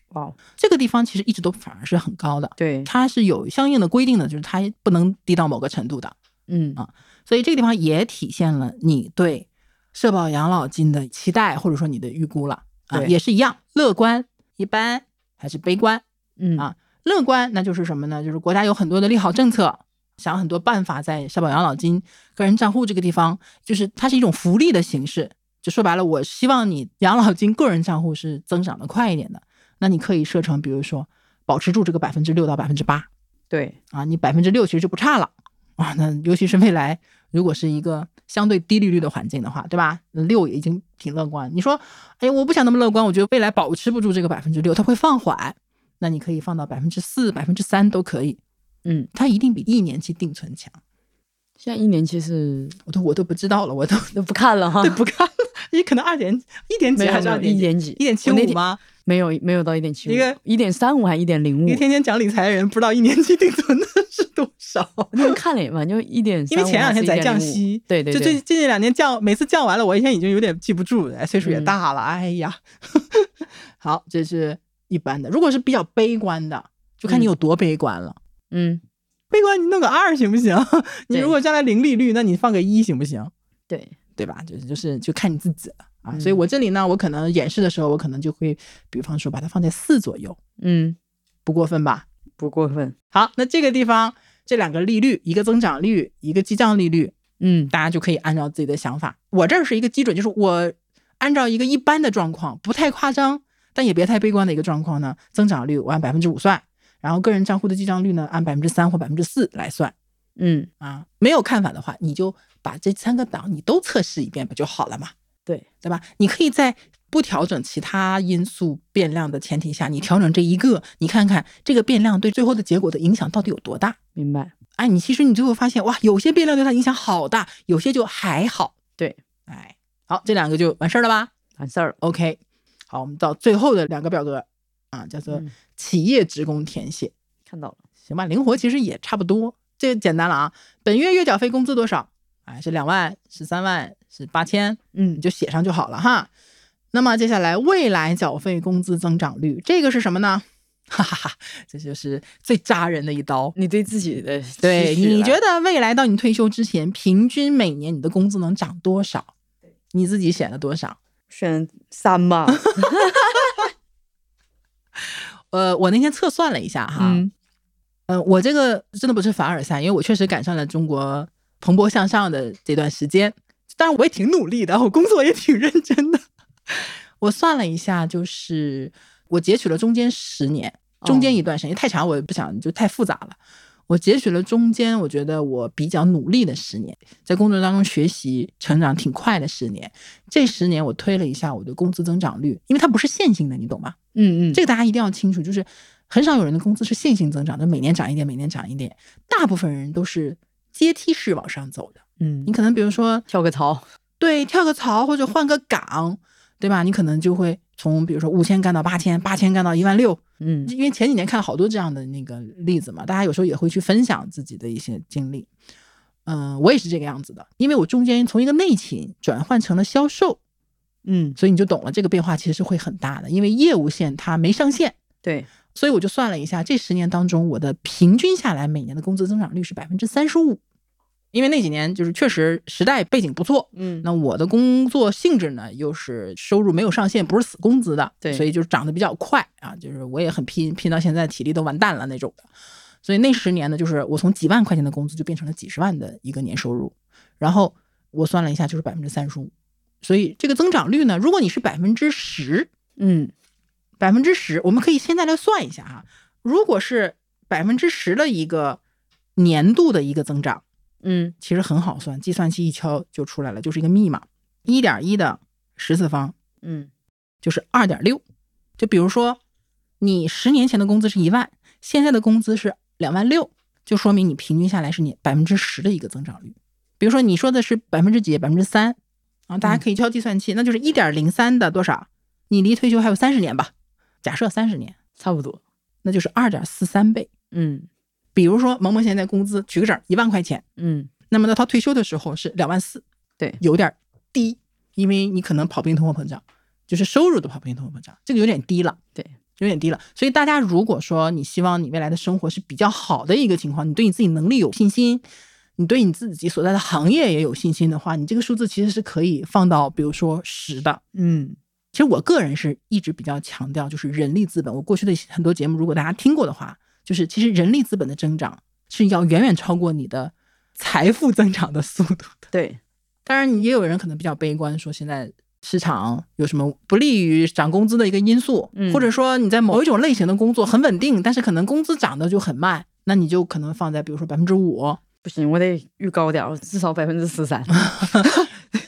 S2: 哇哦，
S1: 这个地方其实一直都反而是很高的，
S2: 对，
S1: 它是有相应的规定的，就是它不能低到某个程度的。
S2: 嗯
S1: 啊所以这个地方也体现了你对社保养老金的期待，或者说你的预估了啊，
S2: 对
S1: 也是一样，乐观一般还是悲观？
S2: 嗯
S1: 啊乐观那就是什么呢？就是国家有很多的利好政策，想很多办法在社保养老金个人账户这个地方，就是它是一种福利的形式。就说白了，我希望你养老金个人账户是增长的快一点的，那你可以设成，比如说保持住这个百分之六到百分之八，
S2: 对，
S1: 啊，你百分之六其实就不差了啊。那尤其是未来如果是一个相对低利率的环境的话，对吧？六也已经挺乐观。你说，哎，我不想那么乐观，我觉得未来保持不住这个百分之六，它会放缓。那你可以放到百分之四、百分之三都可以，
S2: 嗯，
S1: 它一定比一年期定存强。
S2: 现在一年期是
S1: 我都我都不知道了，我都
S2: 都不看了哈
S1: 都，不看了。你可能二点一点
S2: 没
S1: 几
S2: 有
S1: 还是
S2: 没
S1: 二
S2: 有一
S1: 点几？
S2: 点几，
S1: 一点七
S2: 我那
S1: 五
S2: 天？嗯
S1: 吗？
S2: 没有没有到一点七五，
S1: 一个
S2: 一点三五还一点零五
S1: 一，个天天讲理财的人不知道一年期定存的是多少。
S2: 我那天看了，反正就一点，
S1: 因为前两天在降息，
S2: 对对
S1: 就最
S2: 对，
S1: 最近两年降，每次降完了，我现在已经有点记不住了，哎岁数也
S2: 嗯
S1: 大了，哎呀， 好，这是一般的。如果是比较悲观的，就看你
S2: 嗯
S1: 有多悲观了。
S2: 嗯，
S1: 悲观你弄个二行不 行？你
S2: 对
S1: 如果将来零利率，那你放个一行不行？
S2: 对，
S1: 对吧？就是就是就看你自己了啊。
S2: 嗯
S1: 所以我这里呢，我可能演示的时候，我可能就会，比方说把它放在四左右，
S2: 嗯，
S1: 不过分吧？
S2: 不过分，
S1: 好，那这个地方这两个利率，一个增长利率，一个记账利率，
S2: 嗯
S1: 大家就可以按照自己的想法。我这儿是一个基准，就是我按照一个一般的状况，不太夸张，但也别太悲观的一个状况呢，增长率我按百分之五算，然后个人账户的记账率呢按百分之三或百分之四来算
S2: 嗯，
S1: 啊。没有看法的话，你就把这三个档你都测试一遍不就好了嘛？
S2: 对，
S1: 对吧？你可以在不调整其他因素变量的前提下，你调整这一个，你看看这个变量对最后的结果的影响到底有多大。
S2: 明白，
S1: 哎，你其实你最后发现，哇，有些变量对它影响好大，有些就还好。
S2: 对，
S1: 哎，好，这两个就完事儿了吧
S2: 完事儿了，
S1: ？OK，好，我们到最后的两个表格啊，叫做
S2: 嗯
S1: 企业职工填写，
S2: 看到了，
S1: 行吧？灵活其实也差不多，这简单了啊。本月月缴费工资多少？哎，是两万，是三万，是八千，你
S2: 嗯，
S1: 就写上就好了哈。那么接下来，未来缴费工资增长率，这个是什么呢？ 哈哈哈，这就是最扎人的一刀。
S2: 你对自己的期
S1: 对，
S2: 许
S1: 你
S2: 了
S1: 觉得未来到你退休之前，平均每年你的工资能涨多少？你自己选了多少？
S2: 选三 吧？
S1: 呃，我那天测算了一下哈，嗯、
S2: 嗯，
S1: 呃，我这个真的不是凡尔赛，因为我确实赶上了中国蓬勃向上的这段时间，当然我也挺努力的，我工作也挺认真的。我算了一下，就是我截取了中间十年，中间一段时间、因为太长，我也不想就太复杂了。我截取了中间，我觉得我比较努力的十年，在工作当中学习成长挺快的十年。这十年我推了一下我的工资增长率，因为它不是线性的，你懂吗？
S2: 嗯嗯，
S1: 这个大家一定要清楚，就是很少有人的工资是线性增长，就每年涨一点，每年涨一点。大部分人都是阶梯式往上走的。
S2: 嗯
S1: 你，可能比如说
S2: 跳个槽，
S1: 对，跳个槽或者换个岗，对吧？你可能就会从比如说五千干到八千，八千干到一万六，
S2: 嗯
S1: 因为前几年看好多这样的那个例子嘛，大家有时候也会去分享自己的一些经历。嗯、我也是这个样子的，因为我中间从一个内勤转换成了销售，
S2: 嗯，
S1: 所以你就懂了这个变化其实是会很大的，因为业务线它没上限，
S2: 对，
S1: 所以我就算了一下，这十年当中我的平均下来每年的工资增长率是百分之三十五，因为那几年就是确实时代背景不错，
S2: 嗯
S1: 那我的工作性质呢又是收入没有上限，不是死工资的，
S2: 对
S1: 所以就是涨得比较快啊，就是我也很拼，拼到现在体力都完蛋了那种的。所以那十年呢，就是我从几万块钱的工资就变成了几十万的一个年收入，然后我算了一下，就是百分之三十五。所以这个增长率呢，如果你是百分之十，
S2: 嗯
S1: 百分之十，我们可以现在来算一下哈、如果是百分之十的一个年度的一个增长，
S2: 嗯
S1: 其实很好算，计算器一敲就出来了，就是一个密码，一点一的十次方
S2: 嗯
S1: 就是二点六。就比如说，你十年前的工资是一万，现在的工资是两万六，就说明你平均下来是你百分之十的一个增长率。比如说你说的是百分之几，百分之三，啊，
S2: 嗯
S1: 大家可以敲计算器，那就是一点零三的多少？你离退休还有三十年吧，假设三十年，
S2: 差不多，
S1: 那就是二点四三倍。
S2: 嗯
S1: 比如说萌萌现在工资，举个整一万块钱，
S2: 嗯
S1: 那么到他退休的时候是两万四，
S2: 对
S1: 有点低，因为你可能跑不赢通货膨胀，就是收入都跑不赢通货膨胀，这个有点低了，
S2: 对，
S1: 有点低了。所以大家如果说你希望你未来的生活是比较好的一个情况，你对你自己能力有信心，你对你自己所在的行业也有信心的话，你这个数字其实是可以放到比如说十的，
S2: 嗯
S1: 其实我个人是一直比较强调就是人力资本。我过去的很多节目，如果大家听过的话，就是其实人力资本的增长是要远远超过你的财富增长的速度的。
S2: 对，
S1: 当然，也有人可能比较悲观，说现在市场有什么不利于涨工资的一个因素，
S2: 嗯
S1: 或者说你在某一种类型的工作很稳定，但是可能工资涨得就很慢，那你就可能放在比如说百分之五。
S2: 不行，我得预高点儿，至少百分之十 三。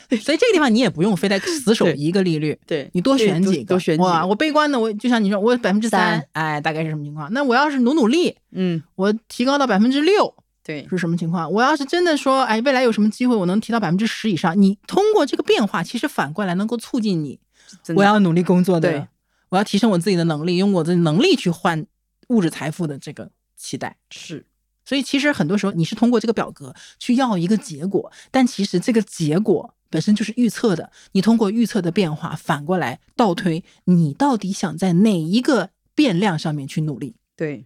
S1: 所以这个地方你也不用非得死守
S2: 对
S1: 一个利率。
S2: 对
S1: 你多选几个，
S2: 多选几
S1: 哇！
S2: 个，
S1: 我悲观的，我就像你说，我百分之三
S2: 三，
S1: 哎，大概是什么情况？那我要是努努力，
S2: 嗯，
S1: 我提高到百分之六
S2: 对，
S1: 是什么情况？我要是真的说，哎，未来有什么机会，我能提到百分之十以上？你通过这个变化，其实反过来能够促进你，
S2: 真的
S1: 我要努力工作的
S2: 对，
S1: 我要提升我自己的能力，用我的能力去换物质财富的这个期待。
S2: 是，
S1: 所以其实很多时候你是通过这个表格去要一个结果，但其实这个结果本身就是预测的。你通过预测的变化，反过来倒推你到底想在哪一个变量上面去努力。
S2: 对，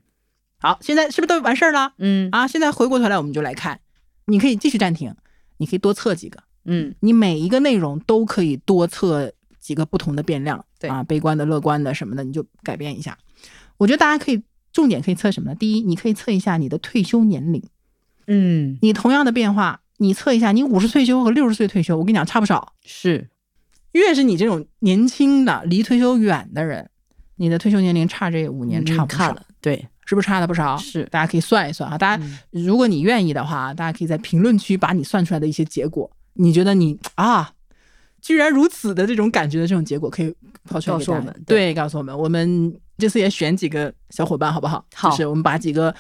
S1: 好，现在是不是都完事儿了
S2: 嗯
S1: 啊？现在回过头来我们就来看，你可以继续暂停，你可以多测几个，
S2: 嗯
S1: 你每一个内容都可以多测几个不同的变量，
S2: 对
S1: 啊，悲观的、乐观的什么的，你就改变一下。我觉得大家可以重点可以测什么呢？第一，你可以测一下你的退休年龄。
S2: 嗯，
S1: 你同样的变化，你测一下，你五十退休和六十岁退休，我跟你讲差不少。
S2: 是，
S1: 越是你这种年轻的、离退休远的人，你的退休年龄差这五年
S2: 嗯
S1: 差不
S2: 看
S1: 少，
S2: 了，对，
S1: 是不是差了不少？
S2: 是
S1: 大家可以算一算啊。大家、
S2: 嗯
S1: 如果你愿意的话，大家可以在评论区把你算出来的一些结果，你觉得你啊，居然如此的这种感觉的这种结果，可以抛出来给
S2: 告诉
S1: 大
S2: 我
S1: 家
S2: 们
S1: 对，告诉我们，我们这次也选几个小伙伴，好不好？
S2: 好
S1: 就是我们把几个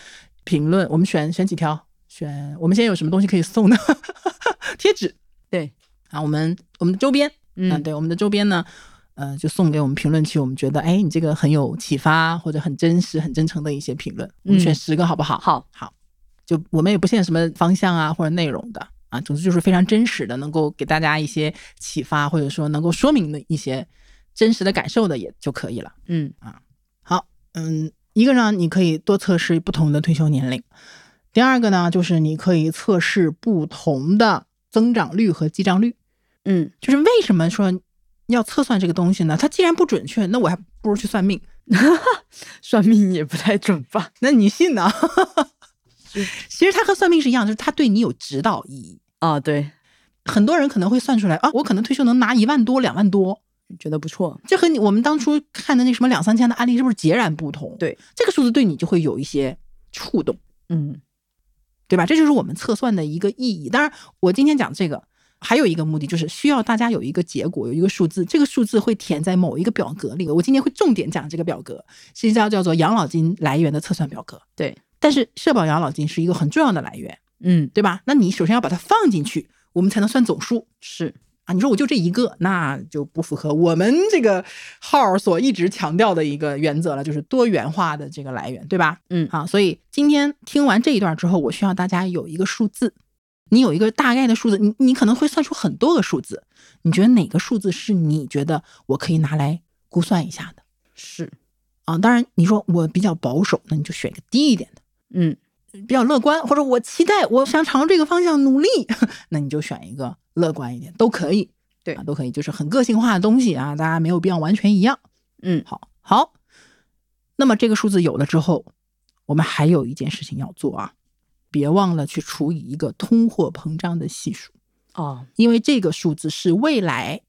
S1: 评论，我们选选几条，选我们现在有什么东西可以送的 贴纸
S2: 对，
S1: 啊，我们我们的周边，嗯，
S2: 嗯，
S1: 对，我们的周边呢，呃，就送给我们评论区，我们觉得哎，你这个很有启发或者很真实、很真诚的一些评论，我们选
S2: 嗯
S1: 十个好不好？
S2: 好，
S1: 就我们也不限什么方向啊或者内容的啊，总之就是非常真实的，能够给大家一些启发，或者说能够说明的一些真实的感受的也就可以了。啊
S2: 嗯
S1: 好，嗯，一个呢，你可以多测试不同的退休年龄；第二个呢，就是你可以测试不同的增长率和记账率。
S2: 嗯，
S1: 就是为什么说要测算这个东西呢？它既然不准确，那我还不如去算命。
S2: 算命也不太准吧？
S1: 那你信呢？其实它和算命是一样，就是它对你有指导意义。
S2: 啊，对，
S1: 很多人可能会算出来啊，我可能退休能拿一万多、两万多，
S2: 觉得不错，
S1: 这和你我们当初看的那什么两三千的案例是不是截然不同？
S2: 对，
S1: 这个数字对你就会有一些触动，
S2: 嗯
S1: 对吧？这就是我们测算的一个意义。当然，我今天讲这个还有一个目的，就是需要大家有一个结果，有一个数字，这个数字会填在某一个表格里。我今天会重点讲这个表格，是一叫叫做养老金来源的测算表格。
S2: 对，
S1: 但是社保养老金是一个很重要的来源，
S2: 嗯
S1: 对吧？那你首先要把它放进去，我们才能算总数。
S2: 是，
S1: 啊，你说我就这一个，那就不符合我们这个号儿所一直强调的一个原则了，就是多元化的这个来源，对吧？
S2: 嗯
S1: 啊，所以今天听完这一段之后，我需要大家有一个数字，你有一个大概的数字，你你可能会算出很多个数字，你觉得哪个数字是你觉得我可以拿来估算一下的
S2: 是，
S1: 啊？当然，你说我比较保守，那你就选一个低一点的。
S2: 嗯
S1: 比较乐观，或者我期待我想朝这个方向努力， 那你就选一个乐观一点，都可以，
S2: 对
S1: 啊，都可以，就是很个性化的东西啊，大家没有必要完全一样。
S2: 嗯，
S1: 好，好，那么这个数字有了之后，我们还有一件事情要做啊，别忘了去除以一个通货膨胀的系数，
S2: 哦，
S1: 因为这个数字是未来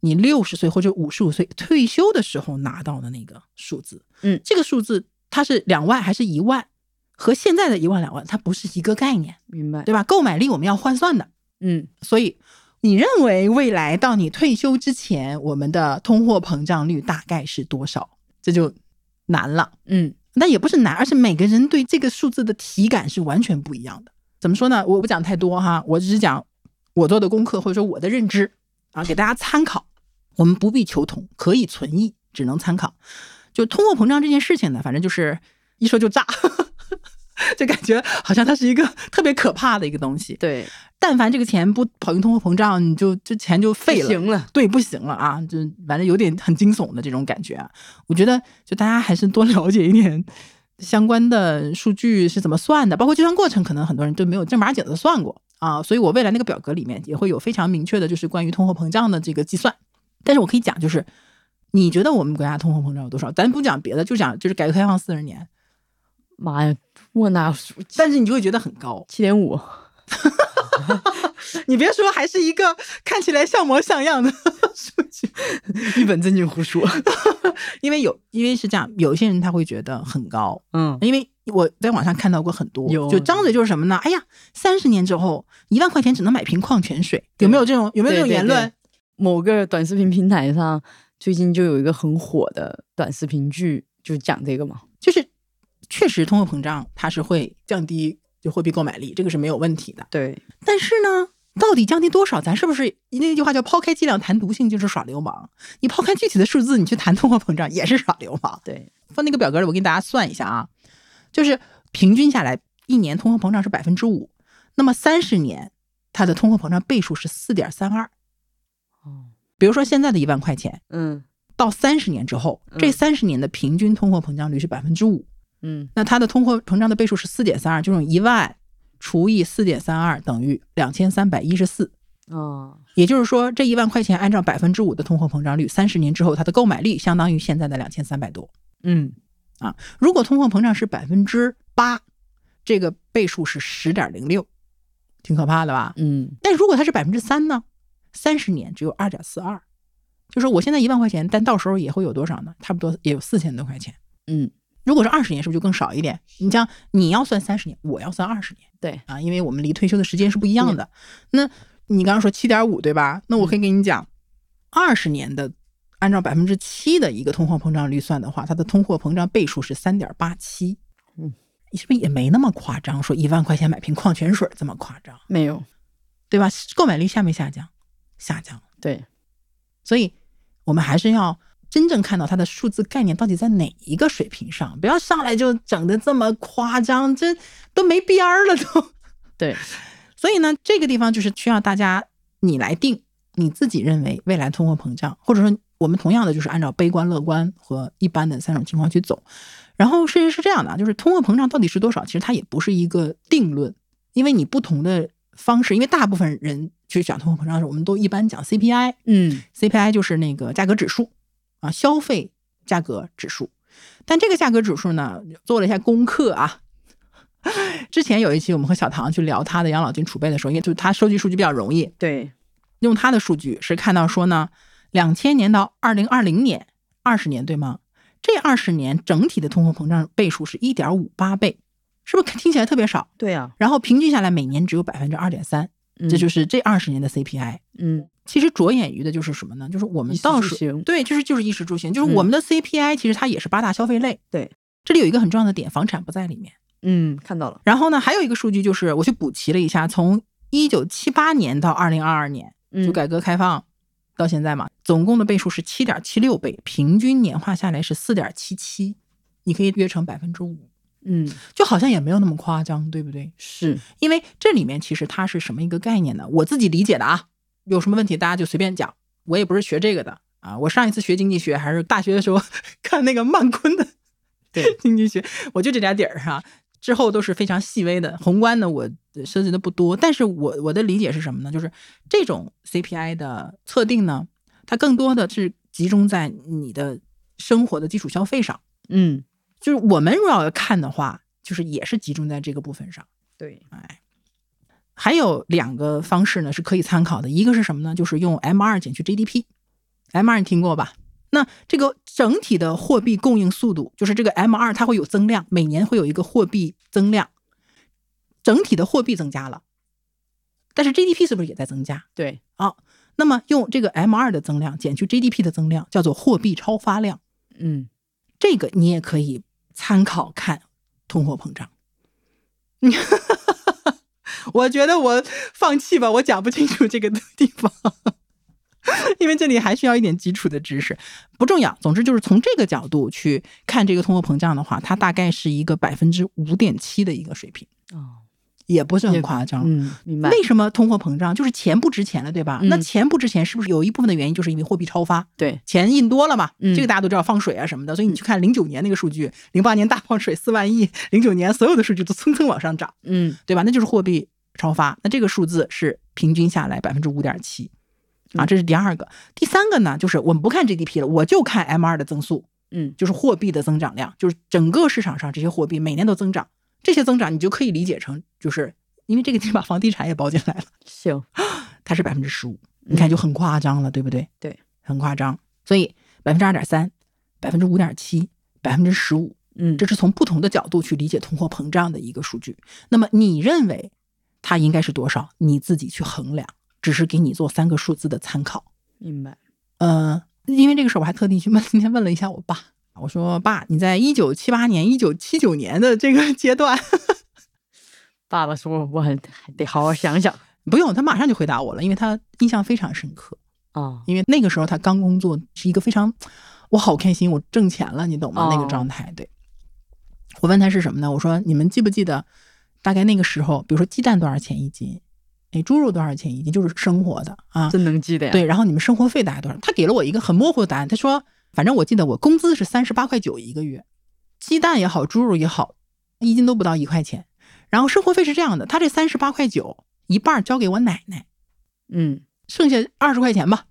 S1: 你六十岁或者五十五岁退休的时候拿到的那个数字。
S2: 嗯
S1: 这个数字它是两万还是一万，和现在的一万两万它不是一个概念，
S2: 明白，
S1: 对吧？购买力我们要换算的，
S2: 嗯，
S1: 所以。你认为未来到你退休之前，我们的通货膨胀率大概是多少？这就难了。
S2: 嗯，
S1: 但也不是难，而是每个人对这个数字的体感是完全不一样的。怎么说呢？我不讲太多哈，我只是讲我做的功课或者说我的认知啊，给大家参考。我们不必求同，可以存异，只能参考。就通货膨胀这件事情呢，反正就是一说就炸， 就感觉好像它是一个特别可怕的一个东西。
S2: 对，
S1: 但凡这个钱不跑赢通货膨胀，你就这钱就 废了。
S2: 行了，
S1: 对，不行了啊，就反正有点很惊悚的这种感觉、啊。我觉得就大家还是多 了解一点相关的数据是怎么算的，包括计算过程，可能很多人都没有正儿八经的算过啊。所以我未来那个表格里面也会有非常明确的，就是关于通货膨胀的这个计算。但是我可以讲，就是你觉得我们国家通货膨胀有多少？咱不讲别的，就讲就是改革开放四十年，
S2: 妈呀，我那
S1: 但是你就会觉得很高。
S2: 七点 五，
S1: 你别说，还是一个看起来像模像样的 数据。
S2: 一本正经胡说，
S1: 因为有，因为是这样，有些人他会觉得很高，
S2: 嗯，
S1: 因为我在网上看到过很多，
S2: 有
S1: 就张嘴就是什么呢？哎呀，三十年之后一万块钱只能买瓶矿泉水，有没有这种有没有这种
S2: 对对
S1: 言论？
S2: 某个短视频平台上最近就有一个很火的短视频剧，就讲这个嘛，
S1: 就是确实通货膨胀它是会降低就货币购买力，这个是没有问题的。
S2: 对，
S1: 但是呢，到底降低多少，咱是不是那句话叫抛开剂量谈毒性就是耍流氓？你抛开具体的数字，你去谈通货膨胀也是耍流氓。
S2: 对，
S1: 放那个表格里，我给大家算一下啊，就是平均下来一年通货膨胀是百分之五，那么三十年它的通货膨胀倍数是四点三二。
S2: 哦，
S1: 比如说现在的一万块钱，
S2: 嗯
S1: 到三十年之后，
S2: 嗯
S1: 这三十年的平均通货膨胀率是百分之五，
S2: 嗯，
S1: 那它的通货膨胀的倍数是四点三二，就用一万除以四点三二等于两千三百一十四。
S2: 哦，
S1: 也就是说，这一万块钱按照百分之五的通货膨胀率，三十年之后它的购买力相当于现在的两千三百多。
S2: 嗯，
S1: 如果通货膨胀是百分之八，这个倍数是十点零六，挺可怕的吧？
S2: 嗯，
S1: 但如果它是百分之三呢？三十年只有二点四二，就说我现在一万块钱，但到时候也会有多少呢？差不多也有四千多块钱。
S2: 嗯，
S1: 如果是二十年，是不是就更少一点？你像你要算三十年，我要算二十年
S2: 对，
S1: 啊，因为我们离退休的时间是不一样的。那你刚刚说七点五对吧？那我
S2: 嗯
S1: 可以给你讲，二十年的按照百分之七的一个通货膨胀率算的话，它的通货膨胀倍数是三点八七。
S2: 嗯，
S1: 你是不是也没那么夸张？说一万块钱买瓶矿泉水这么夸张？
S2: 没有，
S1: 对吧？购买力下没下降？下降了。
S2: 对，
S1: 所以我们还是要真正看到它的数字概念到底在哪一个水平上，不要上来就整的这么夸张，这都没边儿了都。
S2: 对，
S1: 所以呢，这个地方就是需要大家你来定你自己认为未来通货膨胀，或者说我们同样的就是按照悲观、乐观和一般的三种情况去走。然后事实是这样的啊，就是通货膨胀到底是多少，其实它也不是一个定论，因为你不同的方式，因为大部分人去讲通货膨胀的时候，我们都一般讲 CPI，
S2: 嗯，
S1: CPI 就是那个价格指数啊，消费价格指数。但这个价格指数呢，做了一下功课啊。 之前有一期我们和小唐去聊他的养老金储备的时候，因为就是他收集数据比较容易，
S2: 对，
S1: 用他的数据是看到说呢，两千年到二零二零年二十年对吗？这二十年整体的通货膨胀倍数是一点五八倍，是不是听起来特别少？
S2: 对啊，
S1: 然后平均下来每年只有百分之二点三，
S2: 嗯
S1: 这就是这二十年的 CPI。
S2: 嗯，
S1: 其实着眼于的就是什么呢？就是我们
S2: 衣食
S1: 到
S2: 住
S1: 时
S2: 行
S1: 对，就是就是衣食住行，就是
S2: 嗯
S1: 我们的 CPI 其实它也是八大消费类。
S2: 对，
S1: 这里有一个很重要的点，房产不在里面。
S2: 嗯，看到了，
S1: 然后呢，还有一个数据就是我去补齐了一下，从一九七八年到二零二二年，就
S2: 嗯，
S1: 改革开放到现在嘛，总共的倍数是七点七六倍，平均年化下来是四点七七，你可以约成百分之五，
S2: 嗯，
S1: 就好像也没有那么夸张，对不对？
S2: 是，
S1: 因为这里面其实它是什么一个概念呢？我自己理解的啊，有什么问题大家就随便讲，我也不是学这个的啊。我上一次学经济学 还是大学的时候看那个曼昆的
S2: 对，
S1: 经济学，我就这点底儿哈、之后都是非常细微的，宏观的我涉及的不多。但是我我的理解是什么呢？就是这种 CPI 的测定呢，它更多的是集中在你的生活的基础消费上。
S2: 嗯，
S1: 就是我们如果要看的话，就是也是集中在这个部分上。
S2: 对，
S1: 哎，还有两个方式呢是可以参考的，一个是什么呢？就是用 M 二减去 GDP。M 二你听过吧？那这个整体的货币供应速度，就是这个 M 二它会有增量，每年会有一个货币增量，整体的货币增加了，但是 GDP 是不是也在增加？
S2: 对，
S1: 啊，那么用这个 M 二的增量减去 GDP 的增量，叫做货币超发量。
S2: 嗯，
S1: 这个你也可以参考看通货膨胀。 我觉得我放弃吧，我讲不清楚这个地方， 因为这里还需要一点基础的知识，不重要。总之就是从这个角度去看这个通货膨胀的话，它大概是一个百分之五点七的一个水平，
S2: 哦，
S1: 也不是很夸张。
S2: 嗯，明白，
S1: 为什么通货膨胀就是钱不值钱了，对吧？
S2: 嗯
S1: 那钱不值钱，是不是有一部分的原因就是因为货币超发？
S2: 对，
S1: 钱印多了嘛，
S2: 嗯
S1: 这个大家都知道放水啊什么的，所以你去看零九年那个数据，零八年大放水四万亿，零九年所有的数据都蹭蹭往上涨，
S2: 嗯，
S1: 对吧？那就是货币超发，那这个数字是平均下来百分之五点七，啊，
S2: 嗯
S1: 这是第二个，第三个呢，就是我们不看 GDP 了，我就看 M 二的增速，
S2: 嗯，
S1: 就是货币的增长量，就是整个市场上这些货币每年都增长，这些增长你就可以理解成就是因为这个地把房地产也包进来了。
S2: 行，
S1: 它是百分之十五，你看就很夸张了，对不对？
S2: 对，
S1: 很夸张。所以百分之二点三、百分之五点七、百分之十五，
S2: 嗯，
S1: 这是从不同的角度去理解通货膨胀的一个数据。那么你认为它应该是多少？你自己去衡量，只是给你做三个数字的参考。
S2: 明白，
S1: 呃，因为这个事儿，我还特地去问， 今天问了一下我爸，我说爸，你在一九七八年、一九七九年的这个阶段，
S2: 爸爸说我还得好好想 想
S1: 不用，他马上就回答我了，因为他印象非常深刻。
S2: 啊，
S1: 因为那个时候他刚工作，是一个非常我好开心，我挣钱了，你懂吗？
S2: 哦
S1: 那个状态。对，我问他是什么呢？我说你们记不记得，大概那个时候，比如说鸡蛋多少钱一斤，哎，猪肉多少钱一斤，就是生活的啊。
S2: 真能记得呀，
S1: 对，然后你们生活费大概多少？他给了我一个很模糊的答案，他说，反正我记得我工资是三十八块九一个月，鸡蛋也好，猪肉也好，一斤都不到一块钱。然后生活费是这样的，他这三十八块九一半儿交给我奶奶，
S2: 嗯，
S1: 剩下二十块钱吧。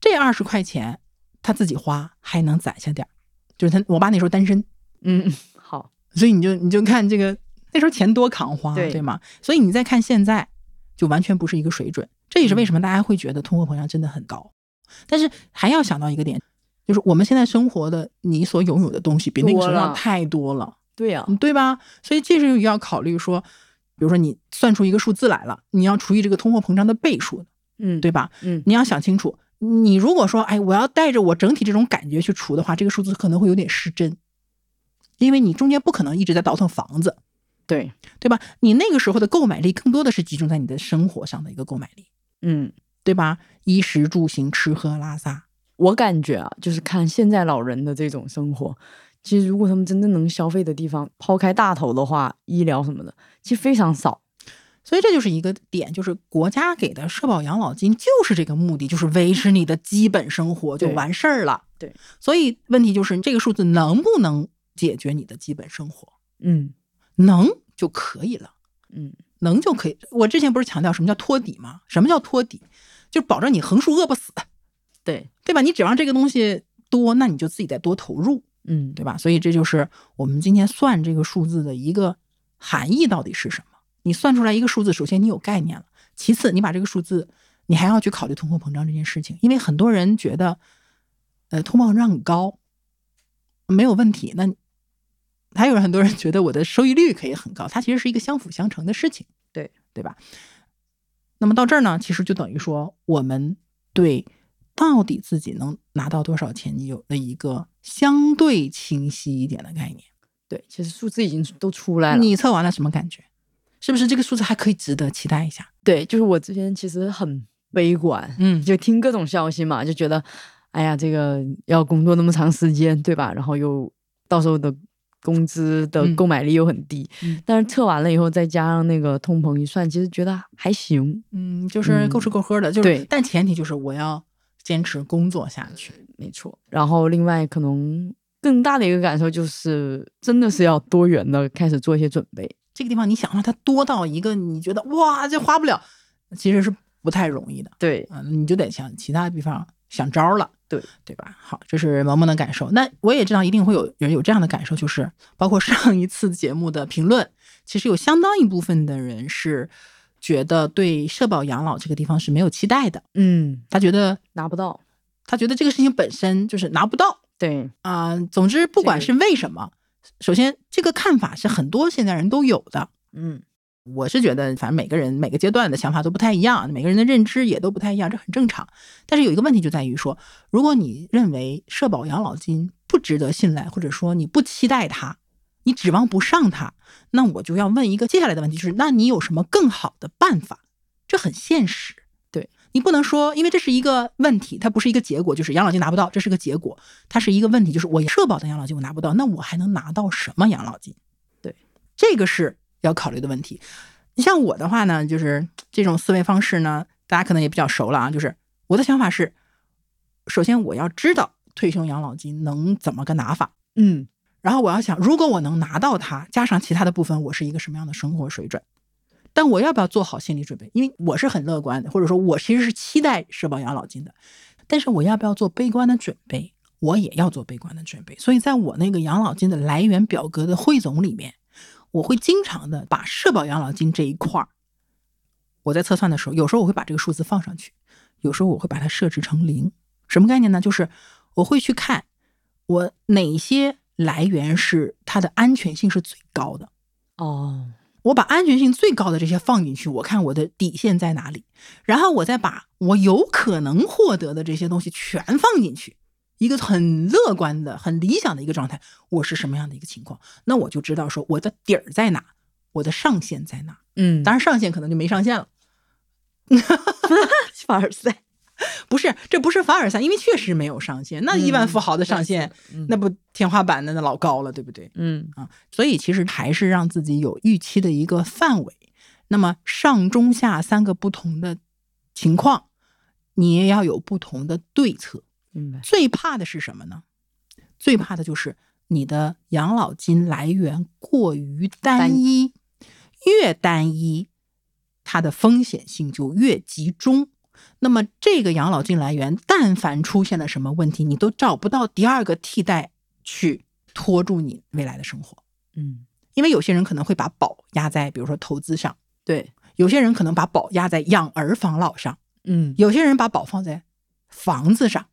S1: 这二十块钱他自己花还能攒下点儿，就是他我爸那时候单身，
S2: 嗯， 好，
S1: 所以你就你就看这个那时候钱多扛花，
S2: 对
S1: 吗？所以你再看现在，就完全不是一个水准。这也是
S2: 嗯
S1: 为什么大家会觉得通货膨胀真的很高。但是还要想到一个点，就是我们现在生活的你所拥有的东西比那个
S2: 多
S1: 时候要
S2: 了
S1: 太多了。
S2: 对呀，
S1: 嗯对吧？所以这时候要考虑说，比如说你算出一个数字来了，你要除以这个通货膨胀的倍数，
S2: 嗯，
S1: 对，吧？
S2: 嗯，
S1: 你要想清楚，你如果说，哎，我要带着我整体这种感觉去除的话，这个数字可能会有点失真，因为你中间不可能一直在倒腾房子，
S2: 对，
S1: 对吧？你那个时候的购买力更多的是集中在你的生活上的一个购买力，
S2: 嗯，
S1: 对吧？衣食住行、吃喝拉撒，
S2: 我感觉啊，就是看现在老人的这种生活，其实如果他们真正能消费的地方，抛开大头的话，医疗什么的，其实非常少。
S1: 所以这就是一个点，就是国家给的社保养老金就是这个目的，就是维持你的基本生活就
S2: 对
S1: 完事儿了。
S2: 对，
S1: 所以问题就是这个数字能不能解决你的基本生活？
S2: 嗯
S1: 能就可以了。
S2: 嗯，
S1: 能就可以。我之前不是强调什么叫托底吗？什么叫托底？就是保证你横竖饿不死，
S2: 对，
S1: 对吧？你指望这个东西多，那你就自己再多投入，
S2: 嗯
S1: 对吧？所以这就是我们今天算这个数字的一个含义到底是什么。你算出来一个数字，首先你有概念了，其次你把这个数字，你还要去考虑通货膨胀这件事情，因为很多人觉得，呃，通货膨胀很高，没有问题。那还有很多人觉得我的收益率可以很高，它其实是一个相辅相成的事情。对吧？那么到这儿呢，其实就等于说我们对到底自己能拿到多少钱，你有了一个相对清晰一点的概念。
S2: 对，其实数字已经都出来了。
S1: 你测完了什么感觉？是不是这个数字还可以值得期待一下？
S2: 对，就是我之前其实很悲观，
S1: 嗯，
S2: 就听各种消息嘛，就觉得，哎呀，这个要工作那么长时间，对吧？然后又到时候的工资的
S1: 嗯
S2: 购买力又很低，
S1: 嗯
S2: 但是测完了以后，再加上那个通膨一算，其实觉得还行。
S1: 嗯，就是够吃够喝的，就是
S2: 对
S1: 但前提就是我要坚持工作下去。
S2: 没错。然后另外可能更大的一个感受就是，真的是要多元的开始做一些准备。
S1: 这个地方你想让它多到一个你觉得哇这花不了，其实是不太容易的。
S2: 对，
S1: 嗯，你就得想其他地方想招儿了，
S2: 对
S1: 对吧？好，这是萌萌的感受。那我也知道一定会有人有这样的感受，就是包括上一次节目的评论，其实有相当一部分的人是觉得对社保养老这个地方是没有期待的，
S2: 嗯，
S1: 他觉得
S2: 拿不到，
S1: 他觉得这个事情本身就是拿不到
S2: 对，
S1: 啊、总之，不管
S2: 这
S1: 是
S2: 个
S1: 为什么，首先这个看法是很多现在人都有的。
S2: 嗯，
S1: 我是觉得，反正每个人每个阶段的想法都不太一样，每个人的认知也都不太一样，这很正常。但是有一个问题就在于说，如果你认为社保养老金不值得信赖，或者说你不期待它，你指望不上它，那我就要问一个接下来的问题，就是那你有什么更好的办法？这很现实。
S2: 对
S1: 你不能说，因为这是一个问题，它不是一个结果，就是养老金拿不到，这是个结果，它是一个问题，就是我社保的养老金我拿不到，那我还能拿到什么养老金？
S2: 对，
S1: 这个是要考虑的问题。你像我的话呢，就是这种思维方式呢，大家可能也比较熟了啊。就是我的想法是，首先我要知道退休养老金能怎么个拿法，
S2: 嗯，
S1: 然后我要想，如果我能拿到它，加上其他的部分，我是一个什么样的生活水准？但我要不要做好心理准备？因为我是很乐观的，或者说我其实是期待社保养老金的，但是我要不要做悲观的准备？我也要做悲观的准备。所以在我那个养老金的来源表格的汇总里面，我会经常的把社保养老金这一块儿，我在测算的时候，有时候我会把这个数字放上去，有时候我会把它设置成零。什么概念呢？就是我会去看我哪些来源是它的安全性是最高的。
S2: 哦，
S1: 我把安全性最高的这些放进去，我看我的底线在哪里，然后我再把我有可能获得的这些东西全放进去，一个很乐观的、很理想的一个状态，我是什么样的一个情况，那我就知道说我的底儿在哪，我的上限在哪。
S2: 嗯，
S1: 当然，上限可能就没上限了，
S2: 凡尔赛，
S1: 不是，这不是凡尔赛，因为确实没有上限。那亿万富豪的上限，
S2: 嗯
S1: 那不天花板那那老高了，对不对？
S2: 嗯
S1: 啊，所以其实还是让自己有预期的一个范围。那么上中下三个不同的情况，你也要有不同的对策。
S2: 明白，
S1: 最怕的是什么呢？最怕的就是你的养老金来源过于单
S2: 单
S1: 一，越单一，它的风险性就越集中。那么这个养老金来源，但凡出现了什么问题，你都找不到第二个替代去拖住你未来的生活。
S2: 嗯，
S1: 因为有些人可能会把宝压在，比如说投资上；
S2: 对，
S1: 有些人可能把宝压在养儿防老上。
S2: 嗯，
S1: 有些人把宝放在房子上，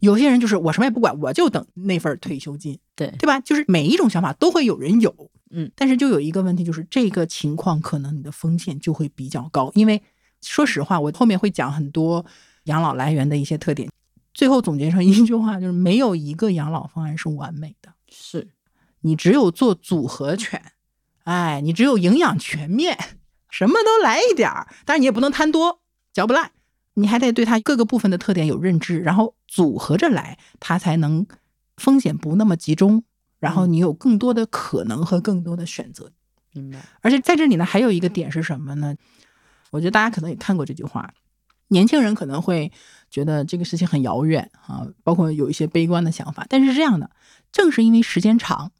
S1: 有些人就是我什么也不管，我就等那份退休金，
S2: 对，
S1: 对吧？就是每一种想法都会有人有，
S2: 嗯，
S1: 但是就有一个问题，就是这个情况可能你的风险就会比较高，因为说实话，我后面会讲很多养老来源的一些特点。最后总结成一句话，就是没有一个养老方案是完美的，
S2: 是，
S1: 你只有做组合拳，哎，你只有营养全面，什么都来一点儿，但是你也不能贪多，嚼不烂，你还得对它各个部分的特点有认知，然后组合着来，它才能风险不那么集中，然后
S2: 嗯
S1: 你有更多的可能和更多的选择。
S2: 明白，
S1: 而且在这里呢，还有一个点是什么呢？我觉得大家可能也看过这句话，年轻人可能会觉得这个事情很遥远啊，包括有一些悲观的想法。但是这样的，正是因为时间长，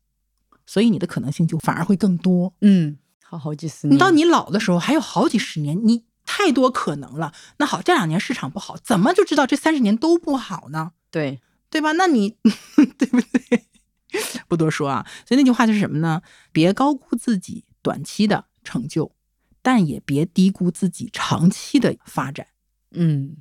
S1: 所以你的可能性就反而会更多。
S2: 嗯，好好几十年，
S1: 你到你老的时候，还有好几十年，你太多可能了。那好，这两年市场不好，怎么就知道这三十年都不好呢？
S2: 对，
S1: 对吧？那你 对不对？ 不多说啊。所以那句话就是什么呢？别高估自己短期的成就，但也别低估自己长期的发展。
S2: 嗯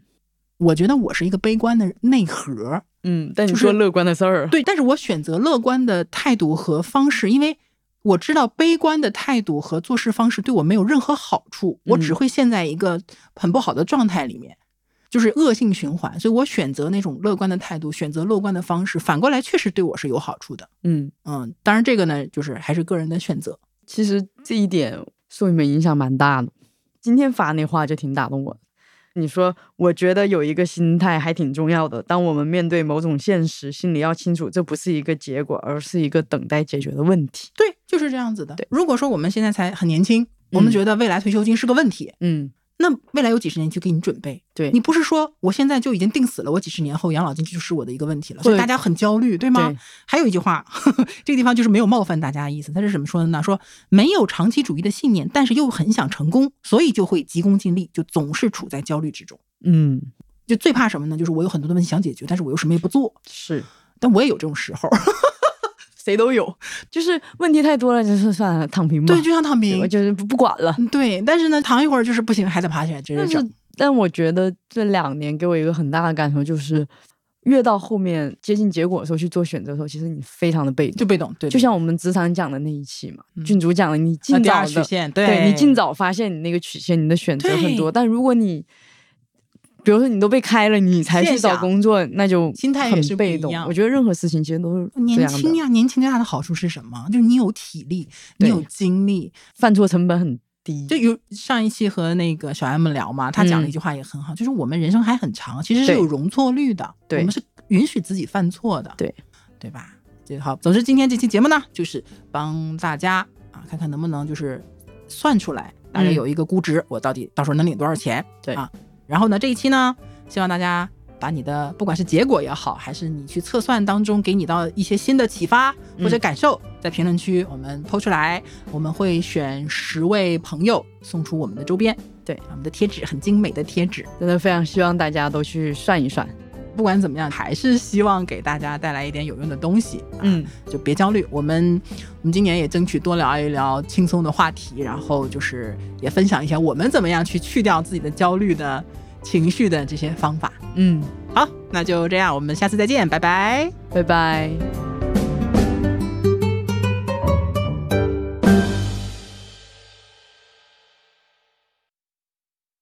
S1: 我觉得我是一个悲观的内核，
S2: 嗯，但你
S1: 就是
S2: 说乐观的事儿，
S1: 对，但是我选择乐观的态度和方式，因为我知道悲观的态度和做事方式对我没有任何好处，我只
S2: 嗯
S1: 会陷在一个很不好的状态里面，就是恶性循环。所以我选择那种乐观的态度，选择乐观的方式，反过来确实对我是有好处的。
S2: 嗯，
S1: 嗯，当然这个呢，就是还是个人的选择。
S2: 其实这一点受你们影响蛮大的。今天发那话就挺打动我的。你说，我觉得有一个心态还挺重要的。当我们面对某种现实，心里要清楚，这不是一个结果，而是一个等待解决的问题。
S1: 对，就是这样子的
S2: 对。
S1: 如果说我们现在才很年轻，我们
S2: 嗯
S1: 觉得未来退休金是个问题，
S2: 嗯，
S1: 那未来有几十年去给你准备。
S2: 对
S1: 你不是说我现在就已经定死了，我几十年后养老金就是我的一个问题了，所以
S2: 对
S1: 大家很焦虑，对吗？
S2: 对
S1: 还有一句话， 这个地方就是没有冒犯大家的意思，他是怎么说的呢？说没有长期主义的信念，但是又很想成功，所以就会急功近利，就总是处在焦虑之中。
S2: 嗯，
S1: 就最怕什么呢？就是我有很多的问题想解决，但是我又什么也不做。
S2: 是，
S1: 但我也有这种时 候，
S2: 谁都有，就是问题太多了，就是算了，躺平吧。
S1: 对，就像躺
S2: 我
S1: 平，嗯
S2: 就是不不管了。
S1: 对。但是呢，躺一会儿就是不行，还得爬起来接着
S2: 但是
S1: 整。，
S2: 但我觉得这两年给我一个很大的感受就是，越到后面接近结果的时候去做选择的时候，其实你非常的被
S1: 就
S2: 动。
S1: 被动，对，
S2: 就
S1: 对
S2: 像我们职场讲的那一期嘛，
S1: 嗯
S2: 郡主讲的，你
S1: 那
S2: 尽
S1: 第
S2: 早
S1: 二曲
S2: 的，
S1: 线，
S2: 对你尽早发现你那个曲线，你的选择很多。但如果你，比如说你都被开了，你才去
S1: 现
S2: 找
S1: 象
S2: 工作，那就
S1: 心态也
S2: 很
S1: 是不
S2: 被
S1: 一
S2: 动
S1: 样。哦
S2: 我觉得任何事情其实都是这
S1: 年
S2: 样
S1: 轻
S2: 的，
S1: 呀，年轻最啊大的好处是什么？就是你有体力，你
S2: 对
S1: 有精力。
S2: 犯错成本很低。
S1: 就有上一期和那个小 M 聊嘛，他讲了
S2: 嗯
S1: 一句话也很好，就是我们人生还很长，其实是
S2: 对
S1: 有容错率的，
S2: 对
S1: 我们是允许自己犯错的，
S2: 对
S1: 对吧？对，好。总之，今天这期节目呢，就是帮大家啊，看看能不能就是算出来，大概
S2: 嗯
S1: 有一个估值，我到底到时候能领多少钱？
S2: 对
S1: 啊。然后呢，这一期呢，希望大家把你的不管是结果也好，还是你去测算当中给你到一些新的启发
S2: 嗯
S1: 或者感受，在评论区我们抛出来，我们会选十位朋友送出我们的周边，
S2: 对
S1: 我们的贴纸很精美的贴纸。
S2: 真的非常希望大家都去算一算。
S1: 不管怎么样，还是希望给大家带来一点有用的东西。啊
S2: 嗯，
S1: 就别焦虑。我们我们今年也争取多聊一聊轻松的话题，然后就是也分享一下我们怎么样去去掉自己的焦虑的情绪的这些方法。
S2: 嗯，
S1: 好，那就这样，我们下次再见，拜拜。
S2: 拜拜。